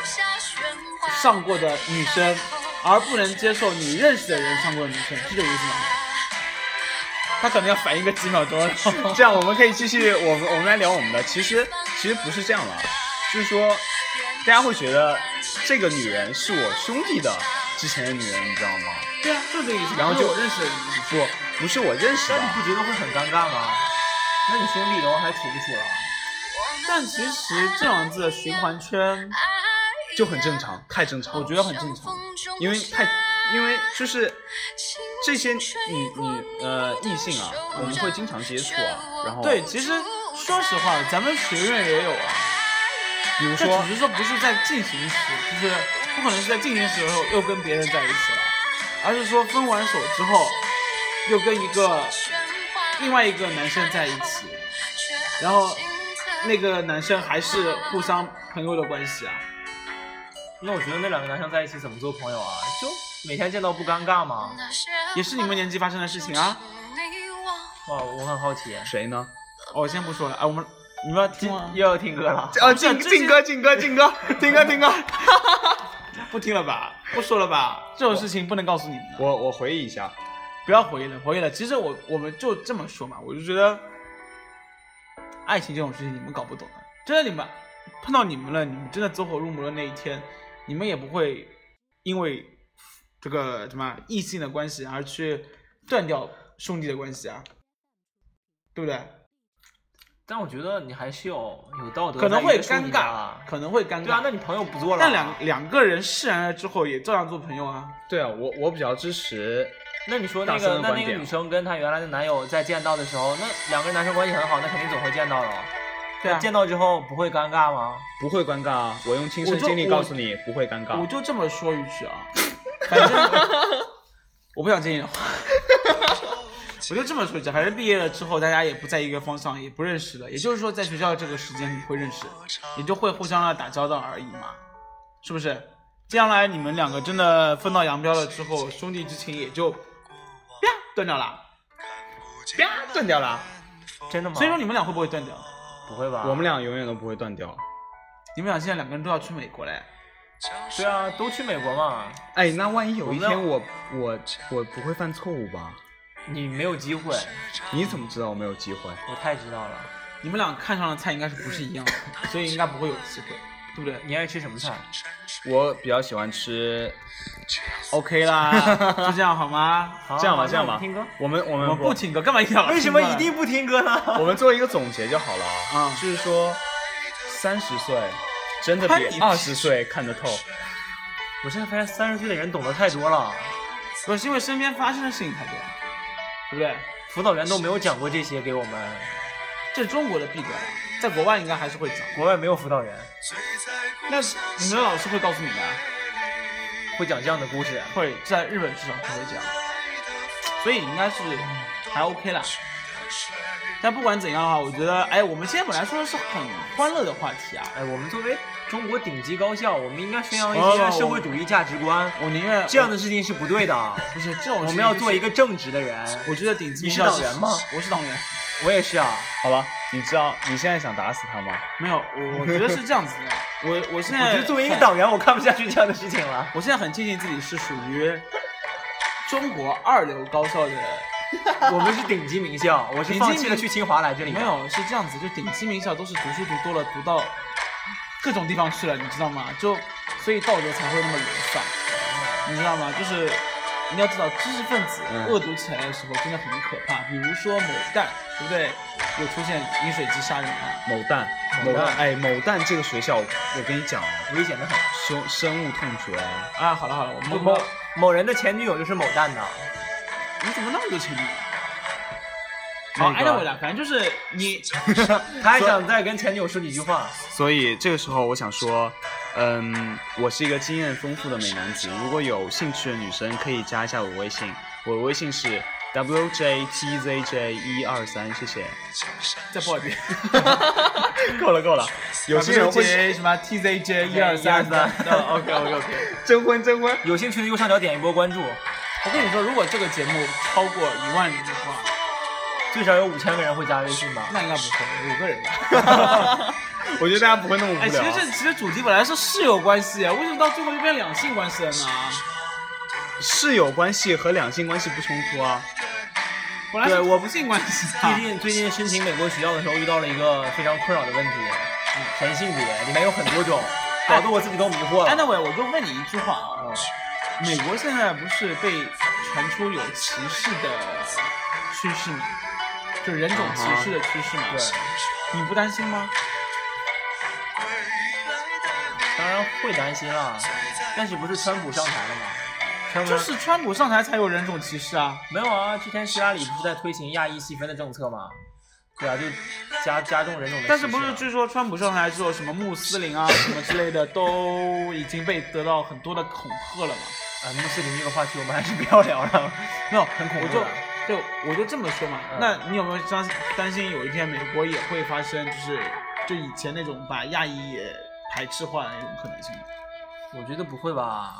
Speaker 2: 上过的女生，而不能接受你认识的人上过的女生，是这个意思吗？他可能要反应个几秒钟，然后
Speaker 3: 这样我们可以继续，我们我们来聊我们的。其实其实不是这样了，就是说，大家会觉得这个女人是我兄弟的之前的女人，你知道吗？
Speaker 2: 对啊， 就是这个意思。
Speaker 3: 然后
Speaker 2: 就是
Speaker 3: 就
Speaker 2: 我认识的女生，
Speaker 3: 不，不是我认识
Speaker 4: 那
Speaker 3: 的
Speaker 4: 你。不觉得会很尴尬吗？那你兄弟然后还处不处了？
Speaker 2: 但其实这样子的循环圈，
Speaker 3: 就很正常，太正常了。
Speaker 2: 我觉得很正常。
Speaker 3: 因为太，因为就是这些女女呃异性啊，我们会经常接触啊。然后
Speaker 2: 对，，其实说实话，咱们学院也有啊。
Speaker 3: 比如
Speaker 2: 这
Speaker 3: 说
Speaker 2: 只是说不是在进行时，就是不可能是在进行时候又跟别人在一起了，而是说分完手之后又跟一个另外一个男生在一起，然后那个男生还是互相朋友的关系啊。
Speaker 4: 那我觉得那两个男生在一起怎么做朋友啊？就每天见到不尴尬吗？
Speaker 2: 也是你们年纪发生的事情啊！
Speaker 4: 哇，我很好奇。
Speaker 3: 谁呢？
Speaker 2: 哦，我先不说了，哎、我们你们要听哦吗？
Speaker 4: 又要听歌了，
Speaker 2: 这
Speaker 3: 啊，静
Speaker 2: 这
Speaker 3: 静哥，静哥，静哥，静哥，静哥。
Speaker 2: 不听了吧？不说了吧？这种事情不能告诉你们的。
Speaker 3: 我我回忆一下，
Speaker 2: 不要回忆了，回忆了。其实我我们就这么说嘛，我就觉得，爱情这种事情你们搞不懂的，真的你们碰到你们了，你们真的走火入魔的那一天，你们也不会因为这个什么异性的关系而去断掉兄弟的关系啊，对不对？
Speaker 4: 但我觉得你还是有有道德
Speaker 2: 可
Speaker 4: 在约束你的啊，
Speaker 2: 能会尴尬，可能会尴尬。
Speaker 4: 对啊，那你朋友不做了？
Speaker 2: 但两两个人释然了之后，也照样做朋友啊。
Speaker 3: 对啊，我我比较支持，
Speaker 4: 那你说那
Speaker 3: 大森
Speaker 4: 个
Speaker 3: 的
Speaker 4: 那
Speaker 3: 观
Speaker 4: 那
Speaker 3: 点
Speaker 4: 个女生跟她原来的男友在见到的时候，那两个人男生关系很好，那肯定总会见到了。
Speaker 2: 对啊，
Speaker 4: 见到之后不会尴尬吗？
Speaker 3: 不会尴尬啊。我用亲
Speaker 2: 我
Speaker 3: 身
Speaker 2: 就
Speaker 3: 经历
Speaker 2: 我
Speaker 3: 告诉你，不会尴
Speaker 2: 我
Speaker 3: 尬。
Speaker 2: 就这么说一句啊，反正我不想接你的话，我就这么说一句，反正毕业了之后大家也不在一个方向，也不认识了，也就是说在学校这个时间里会认识，也就会互相啊的打交道而已嘛，是不是？将来你们两个真的分道扬镳了之后，兄弟之情也就啪断掉了。
Speaker 3: 啪，断掉了。
Speaker 4: 真的吗？
Speaker 2: 所以说你们俩会不会断掉？
Speaker 4: 不会吧？
Speaker 3: 我们俩永远都不会断掉。
Speaker 2: 你们俩现在两个人都要去美国嘞，
Speaker 4: 对啊，都去美国嘛，
Speaker 3: 哎，那万一有一
Speaker 4: 我
Speaker 3: 天
Speaker 4: 们
Speaker 3: 我我我不会犯错误吧？
Speaker 4: 你没有机会，
Speaker 3: 你怎么知道我没有机会？
Speaker 4: 我太知道了。
Speaker 2: 你们俩看上的菜应该是不是一样的，所以应该不会有机会，对不对？
Speaker 4: 你爱吃什么菜？
Speaker 3: 我比较喜欢吃，
Speaker 2: OK 啦， 就这样好吗？
Speaker 4: 好
Speaker 3: 这样吧，
Speaker 4: 好
Speaker 3: 这样吧
Speaker 4: 那我们听歌。，
Speaker 3: 我们我
Speaker 2: 我
Speaker 3: 们
Speaker 2: 们不听歌，干嘛一定要？
Speaker 4: 为什么一定不听歌呢？
Speaker 3: 我们做一个总结就好了
Speaker 2: 啊
Speaker 3: 就是说，三十岁真的
Speaker 2: 看
Speaker 3: 比
Speaker 2: 你
Speaker 3: 二十岁看得透。
Speaker 4: 我现在发现三十岁的人懂得太多了，
Speaker 2: 不是因为身边发生的事情太多，对不对？
Speaker 4: 辅导员都没有讲过这些给我们，
Speaker 2: 这是中国的弊端，在国外应该还是会讲。
Speaker 4: 国外没有辅导员
Speaker 2: 那你们的老师会告诉你们啊，
Speaker 4: 会讲这样的故事。
Speaker 2: 会在日本至少不会这样，所以应该是还 OK 啦。但不管怎样啊，我觉得，哎，我们今天本来说的是很欢乐的话题啊，
Speaker 4: 哎，我们作为中国顶级高校，我们应该宣扬
Speaker 2: 哦
Speaker 4: 一些社会主义价值观。
Speaker 2: 我宁愿
Speaker 4: 这样的事情是不对的，
Speaker 2: 不是这种，
Speaker 4: 我们要做一，个正直的人。
Speaker 2: 我觉得顶级
Speaker 4: 你是
Speaker 2: 名校
Speaker 4: 党员吗
Speaker 2: 我是党员。
Speaker 4: 我也是啊，
Speaker 3: 好吧，你知道你现在想打死他吗？
Speaker 2: 没有，我我觉得是这样子的。我我现
Speaker 4: 我
Speaker 2: 在
Speaker 4: 觉得作为一个党员，我看不下去这样的事情了。
Speaker 2: 我现在很庆幸自己是属于中国二流高校的，
Speaker 4: 我们是顶级名校，我是
Speaker 2: 顶级
Speaker 4: 放弃了
Speaker 2: 名
Speaker 4: 去清华来这里的。
Speaker 2: 没有是这样子，就顶级名校都是读书读多了，读到各种地方去了，你知道吗？就所以道德才会那么沦丧，你知道吗？就是你要知道，知识分子
Speaker 3: 嗯
Speaker 2: 恶毒起来的时候真的很可怕，比如说某蛋，对不对？有出现饮水机杀人案，
Speaker 3: 某蛋，
Speaker 4: 某蛋
Speaker 3: 哎，某蛋这个学校，我跟你讲，
Speaker 4: 危险的很。
Speaker 3: 生生物痛学，
Speaker 2: 啊，好了好了，我们
Speaker 4: 某某人的前女友就是某蛋的，
Speaker 2: 你怎么那么多情侣？
Speaker 3: 那
Speaker 2: 好哎
Speaker 3: 个
Speaker 2: ，anyway 啦，反正就是你，
Speaker 4: 他还想再跟前女友说几句话。
Speaker 3: 所以这个时候我想说，嗯，我是一个经验丰富的美男子，如果有兴趣的女生可以加一下我微信，我的微信是 wjtzj 一二三，谢 谢。
Speaker 2: 再报一遍。
Speaker 3: 够了够了，有些人会
Speaker 2: 啊 J 什么 TZJ 一二三，OK OK OK。
Speaker 3: 征婚征婚。
Speaker 4: 有兴趣的右上角点一波关注，
Speaker 2: 我跟你说，如果这个节目超过一万人的话，
Speaker 4: 最少有五千个人会加微信吧。
Speaker 2: 那应该不会，五个人吧。
Speaker 3: 我觉得大家不会那么无
Speaker 2: 哎，其
Speaker 3: 聊
Speaker 2: 实。这其实主题本来是室友关系，啊为什么到最后就变两性关系了呢？
Speaker 3: 室友关系和两性关系不冲突啊。
Speaker 2: 本来是
Speaker 4: 对
Speaker 2: 我不性关系
Speaker 4: 最
Speaker 2: 啊。
Speaker 4: 近最近申请美国学校的时候遇到了一个非常困扰的问题，全性别里面有很多种，搞哎得我自己都迷惑
Speaker 2: 安德
Speaker 4: 了。
Speaker 2: 伟，我就问你一句话啊，美国现在不是被传出有歧视的趋势吗？就人种歧视的趋势嘛。对，你不担心吗？
Speaker 4: 当然会担心了，但是不是川普上台了吗？川普
Speaker 2: 就
Speaker 4: 上
Speaker 2: 是川普上台才有人种歧视啊。
Speaker 4: 没有啊，之前希拉里不是在推行亚裔细分的政策吗？对啊，就加加重人种的歧视啊。
Speaker 2: 但是不是据说川普上台之后，什么穆斯林啊什么之类的都已经被得到很多的恐吓了嘛？
Speaker 4: 啊，穆斯林这个话题我们还是不要聊 了，
Speaker 2: 没有，
Speaker 4: 很恐
Speaker 2: 我
Speaker 4: 怖
Speaker 2: 就
Speaker 4: 的。
Speaker 2: 对，我就这么说嘛。
Speaker 4: 嗯
Speaker 2: 那你有没有担担心有一天美国也会发生，就是就以前那种把亚裔也排斥化的那种可能性呢？
Speaker 4: 我觉得不会吧，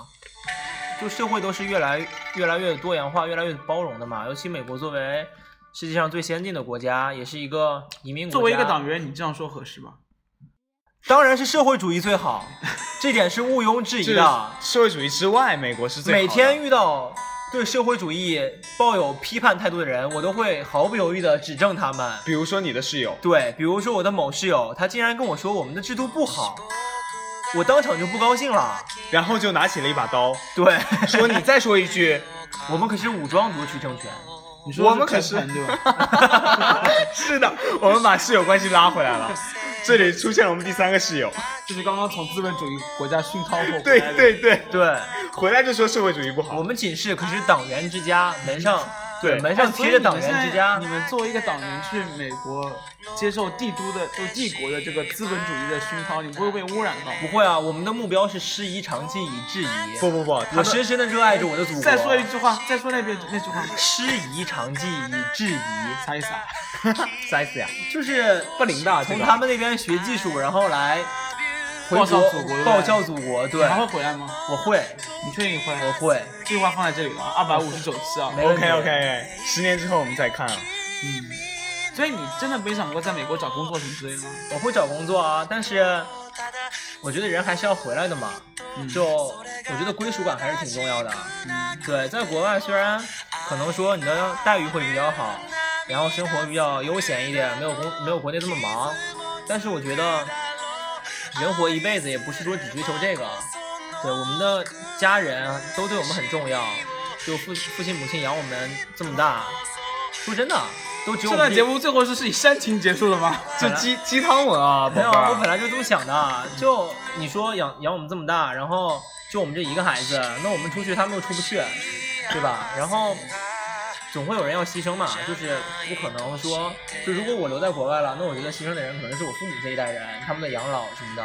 Speaker 4: 就社会都是越来越来越多元化、越来越包容的嘛。尤其美国作为世界上最先进的国家，也是一个移民国家，
Speaker 2: 作为一个党，员，你这样说合适吗？
Speaker 4: 当然是社会主义最 好，这点是毋庸置疑的。
Speaker 3: 社会主义之外，美国是最好的
Speaker 4: 每天遇到对社会主义抱有批判态度的人，我都会毫不犹豫地指正他们。
Speaker 3: 比如说你的室友，
Speaker 4: 对，比如说我的某室友，他竟然跟我说我们的制度不好，我当场就不高兴了。
Speaker 3: 然后就拿起了一把 刀，
Speaker 4: 对，
Speaker 3: 说你再说一句，
Speaker 4: 我们可是武装夺取政权。
Speaker 2: 你
Speaker 3: 我们
Speaker 2: 说
Speaker 3: 可
Speaker 2: 的
Speaker 3: 是
Speaker 2: 是偏袒对吧？
Speaker 3: 是的， 我们把室友关系拉回来了。这里出现了我们第三个室友，
Speaker 2: 就是刚刚从资本主义国家熏陶后回来的，
Speaker 3: 对对对，
Speaker 4: 对，
Speaker 3: 回来就说社会主义不
Speaker 4: 啊我
Speaker 3: 好。
Speaker 4: 们寝室可是党员之家，门上
Speaker 3: 对
Speaker 4: 门
Speaker 2: 哎
Speaker 4: 上
Speaker 2: 所以
Speaker 4: 贴着党员之家
Speaker 2: 你们现在你。们作为一个党员去美国接受帝都的就帝国的这个资本主义的熏陶，你不会被污染到吗？
Speaker 4: 不会啊，我们的目标是师夷长技以制夷。
Speaker 3: 不不不，
Speaker 4: 我
Speaker 3: 他们
Speaker 4: 深深的热爱着我的祖国。
Speaker 2: 再说一句话，再说那边那句话，
Speaker 4: 师夷长技以制夷，
Speaker 2: 啥意思啊？
Speaker 4: 啥意思呀？就是
Speaker 3: 不灵的，这
Speaker 4: 从
Speaker 3: 个
Speaker 4: 他们那边学技术，然后来回
Speaker 2: 报
Speaker 4: 国
Speaker 2: 效祖国对吧
Speaker 4: 报效祖国。
Speaker 2: 你
Speaker 4: 对，
Speaker 2: 还会回来吗？
Speaker 4: 我会，
Speaker 2: 你确定你回来
Speaker 4: 我
Speaker 2: 吗？
Speaker 4: 会，
Speaker 2: 这句话放在这里了，二百五十九期啊。
Speaker 4: 没问题。
Speaker 3: OK OK，十年之后我们再看啊。
Speaker 2: 所以你真的没想过在美国找工作什么之类的吗？
Speaker 4: 我会找工作啊，但是我觉得人还是要回来的嘛。
Speaker 2: 嗯
Speaker 4: 就我觉得归属感还是挺重要的。啊对，在国外虽然可能说你的待遇会比较好，然后生活比较悠闲一点，没有工没有国内这么忙，但是我觉得人活一辈子也不是说只追求这个。啊对，我们的家人都对我们很重要，就父父亲母亲养我们这么大，说真的，都只有
Speaker 2: 这
Speaker 4: 我
Speaker 2: 段
Speaker 4: 们
Speaker 2: 节目最后是是以煽情结束的吗？
Speaker 3: 这鸡鸡汤文啊，
Speaker 4: 没有，
Speaker 3: 宝贝
Speaker 4: 我
Speaker 3: 儿
Speaker 4: 本来就这么想的。就你说养养我们这么大，然后就我们这一个孩子，那我们出去他们又出不去，对吧？然后总会有人要牺牲嘛，就是不可能说，就如果我留在国外了，那我觉得牺牲的人可能是我父母这一代人，他们的养老什么的。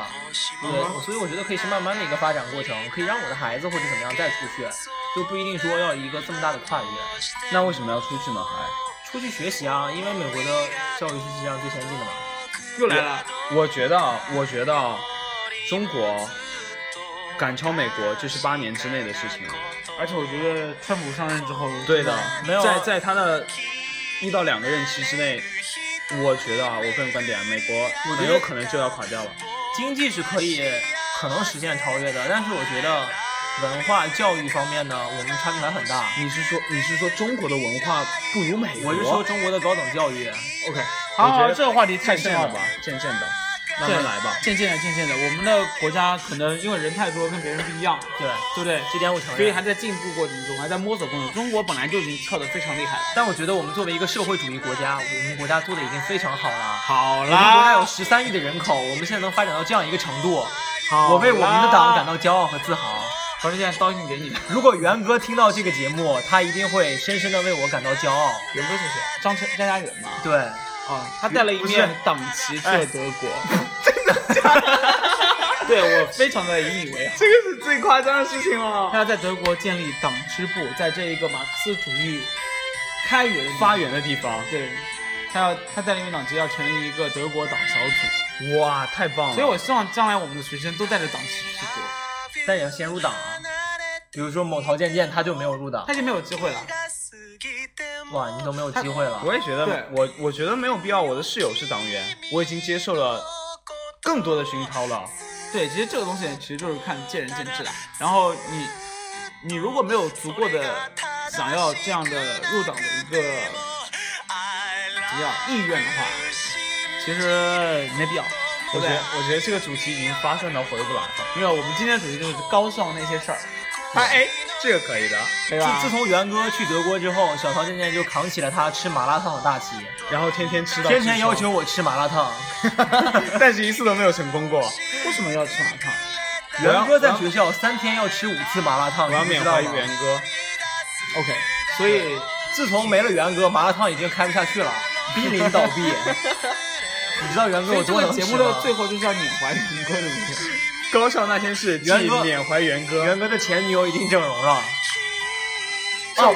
Speaker 4: 对，所以我觉得可以是慢慢的一个发展过程，可以让我的孩子或者怎么样再出去，就不一定说要一个这么大的跨越。
Speaker 3: 那为什么要出去呢？还
Speaker 4: 出去学习啊，因为美国的教育是世界上最先进的嘛。
Speaker 2: 又来了，
Speaker 3: 我觉得啊，我觉得啊中国赶超美国就是八年之内的事情了。
Speaker 2: 而且我觉得川普上任之后，
Speaker 3: 对的，
Speaker 4: 没有啊
Speaker 3: 在在他的一到两个任期之内，我觉得啊，我个人观点啊，美国很有可能就要垮掉了。
Speaker 4: 经济是可以可能实现超越的，但是我觉得文化教育方面呢，我们差距还很大。
Speaker 3: 你是说你是说中国的文化不如美国？
Speaker 4: 我是说中国的高等教育，
Speaker 3: OK，
Speaker 2: 好好
Speaker 3: 我觉得
Speaker 2: 这个话题太
Speaker 3: 渐渐
Speaker 2: 深奥
Speaker 3: 的
Speaker 2: 了
Speaker 3: 吧，渐渐的，慢慢来吧。
Speaker 2: 渐渐的，渐渐的，我们的国家可能因为人太多，跟别人不一样，
Speaker 4: 对，
Speaker 2: 对不对？
Speaker 4: 这点我承
Speaker 2: 所以还
Speaker 4: 认。
Speaker 2: 在进步过程中，还在摸索过程中。中国本来就已经跳得非常厉害了。
Speaker 4: 但我觉得我们作为一个社会主义国家，我们国家做的已经非常好了。
Speaker 2: 好
Speaker 4: 我们国家有，十三亿的人口，我们现在能发展到这样一个程度，我为我们的党感到骄傲和自豪。
Speaker 2: 我是现在刀已经给你了。
Speaker 4: 如果元哥听到这个节目，他一定会深深的为我感到骄傲。
Speaker 2: 元哥是谁？张成张家元吗？
Speaker 4: 对，
Speaker 2: 哦，他带了一面党旗去
Speaker 3: 哎
Speaker 2: 了德 国。真的？ 对我非常的引以为豪。
Speaker 3: 这个是最夸张的事情哦了。
Speaker 2: 他要在德国建立党支部，在这一个马克思主义开源地
Speaker 3: 发源的地方，
Speaker 2: 对，他要他带领民党旗要成立一个德国党小组，
Speaker 3: 哇，太棒了！
Speaker 2: 所以我希望将来我们的学生都带着党旗去德国，
Speaker 4: 但也要先入党啊。比如说某陶健健，他就没有入党
Speaker 2: 他，已经没有机会了。
Speaker 4: 哇，你都没有机会了。
Speaker 3: 我也觉得
Speaker 2: 对，呃
Speaker 3: 我我觉得没有必要。我的室友是党员，我已经接受了更多的熏陶了。
Speaker 2: 对，其实这个东西其实就是看见仁见智啦。然后你你如果没有足够的想要这样的入党的一个比较意愿的话，其实没必要，对
Speaker 3: 我
Speaker 2: 不
Speaker 3: 觉
Speaker 2: 对
Speaker 3: 得？我觉得这个主题已经发散到回不来了。
Speaker 2: 没有，我们今天的主题就是高校那些事儿，
Speaker 3: 哎哎，这个可以的。
Speaker 2: 对吧？
Speaker 4: 自自从元哥去德国之后，小桃渐渐就扛起了他吃麻辣烫的大旗，
Speaker 3: 然后天天吃到
Speaker 4: 天天
Speaker 3: 吃
Speaker 4: 要
Speaker 3: 臭
Speaker 4: 求，我吃麻辣烫。
Speaker 3: 但是一次都没有成功过。
Speaker 2: 为什么要吃麻辣烫？
Speaker 4: 元哥在学校三天要吃五次麻辣烫，
Speaker 3: 我要
Speaker 4: 你
Speaker 3: 缅
Speaker 4: 知道
Speaker 3: 怀
Speaker 4: 吗？
Speaker 3: 元哥。
Speaker 2: OK，所以
Speaker 4: 自从没了元哥，麻辣烫已经开不下去了，濒临倒闭。你知道元
Speaker 2: 所
Speaker 4: 哥有
Speaker 2: 以这
Speaker 4: 多
Speaker 2: 个
Speaker 4: 能
Speaker 2: 节
Speaker 4: 吃啊
Speaker 2: 目的
Speaker 4: 吗？
Speaker 2: 最后就是要缅怀民歌的东西。
Speaker 3: 高校那天是既
Speaker 4: 元哥
Speaker 3: 缅怀元哥，
Speaker 4: 元哥的前女友已经整容了，哦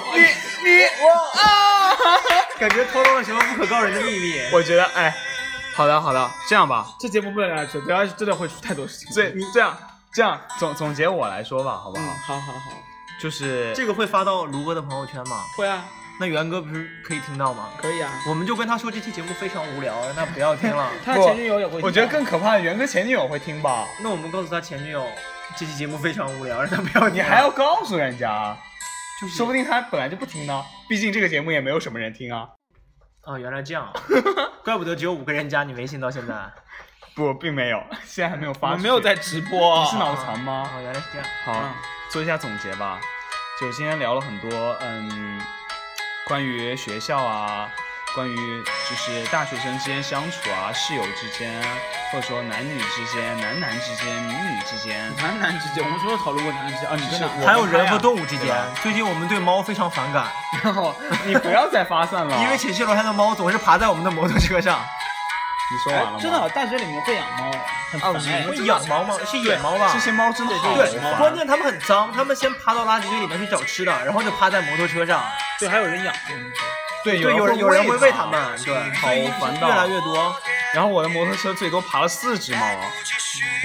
Speaker 4: 啊
Speaker 3: 感觉偷到了什么不可告人的秘密。我觉得，哎，好的好的，这样吧，嗯
Speaker 2: 这节目不能来说，不要啊真的会出太多事情。
Speaker 3: 这你这样这样总总结我来说吧，好不好？
Speaker 2: 嗯，好好好，
Speaker 3: 就是
Speaker 4: 这个会发到卢哥的朋友圈吗？
Speaker 2: 会啊，
Speaker 4: 那元哥不是可以听到吗？
Speaker 2: 可以啊。
Speaker 4: 我们就跟他说这期节目非常无聊，让他不要听 了。
Speaker 2: 他前女友也会，
Speaker 3: 我觉得更可怕的，元哥前女友会听吧？
Speaker 4: 那我们告诉他前女友，这期节目非常无聊， 让他不要听
Speaker 3: 你
Speaker 4: 了。
Speaker 3: 还要告诉人家啊，
Speaker 4: 就是
Speaker 3: 说不定他本来就不听呢。毕竟这个节目也没有什么人听啊。
Speaker 4: 啊、原来这 样，怪不得只有五个人加你微信到现在。啊、
Speaker 3: 不，并没有，现在还没啊有
Speaker 2: 我
Speaker 3: 发。
Speaker 2: 们没有在，直播，啊
Speaker 3: 你是脑残吗？
Speaker 4: 原来是这样。
Speaker 3: 好，做一下总结吧。就今天聊了很多，嗯，关于学校啊，关于就是大学生之间相处啊，室友之间，或者说男女之间、男男之间、女女之间，
Speaker 2: 男男之间，我们什么时候讨论过男男之间啊？你跟
Speaker 3: 我
Speaker 2: 哪？
Speaker 4: 还有人和动物之
Speaker 3: 对
Speaker 4: 间
Speaker 3: 吧，
Speaker 4: 最近我们对猫非常反感，
Speaker 3: 然后你不要再发散了，啊
Speaker 4: 因为寝室楼下的猫总是爬在我们的摩托车上。
Speaker 3: 你说完了吗？
Speaker 2: 真的，大学里面会养猫，很
Speaker 4: 啊，
Speaker 2: 烦
Speaker 4: 你
Speaker 2: 哎
Speaker 4: 们。养猫吗？是野猫吧
Speaker 3: 这？些猫真的好
Speaker 4: 对，
Speaker 3: 烦
Speaker 4: 关键它们很脏，它们先爬到垃圾堆里面去找吃的，然后就趴在摩托车上。
Speaker 2: 对，还有人养。
Speaker 3: 对
Speaker 4: 对，有人有人会喂它们，对，
Speaker 3: 好烦
Speaker 4: 越来
Speaker 3: 的。
Speaker 4: 越多。
Speaker 3: 然后我的摩托车最多爬了四只猫，啊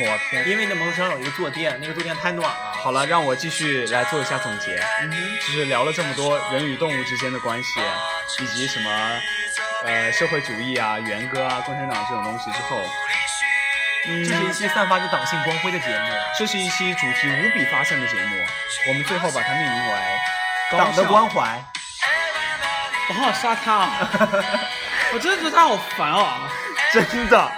Speaker 3: 我天！
Speaker 4: 因为你的摩托车上有一个坐垫，那个坐垫太暖了。
Speaker 3: 好了，让我继续来做一下总结。嗯就是聊了这么多人与动物之间的关系，以及什么呃社会主义啊、元歌啊、共产党这种东西之后，
Speaker 4: 这是一期散发着党性光辉的节目，
Speaker 3: 这是一期主题无比发散的节目。我们最后把它命名为《
Speaker 4: 党的关
Speaker 3: 怀
Speaker 4: 怀。
Speaker 2: 我好想杀他 啊！我真的觉得他好烦啊！》。
Speaker 3: 真的，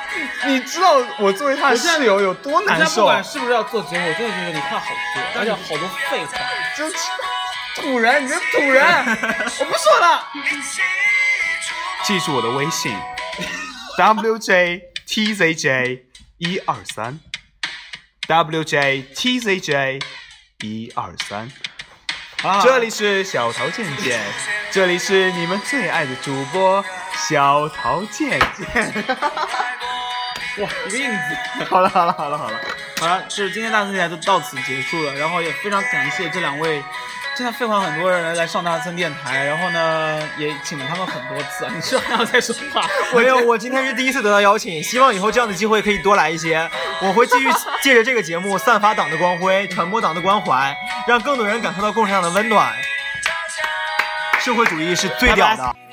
Speaker 3: 你知道我作为他的室友有多
Speaker 2: 大
Speaker 3: 难
Speaker 2: 家不
Speaker 3: 受？哎
Speaker 2: 管是不是要做节目，我真的觉得你话好多，而且好多废话。
Speaker 3: 就土人，你这 土人，我不说了。记住我的微 信，wj tzj 一二三，wj tzj 一二三。这里是小桃健健，这里是你们最爱的主播小桃健健。
Speaker 2: 哇，一个印子。
Speaker 3: 好了好了好了好了，
Speaker 2: 好了，就是今天大森电台就到此结束了，然后也非常感谢这两位，真的废话很多人来上大森电台，然后呢也请了他们很多次啊，你是还要再说话？
Speaker 4: 没有，我今天是第一次得到邀请，希望以后这样的机会可以多来一些。我会继续借着这个节目散发党的光 辉，传播党的关怀，让更多人感受到共产党的温暖。社会主义是最屌的。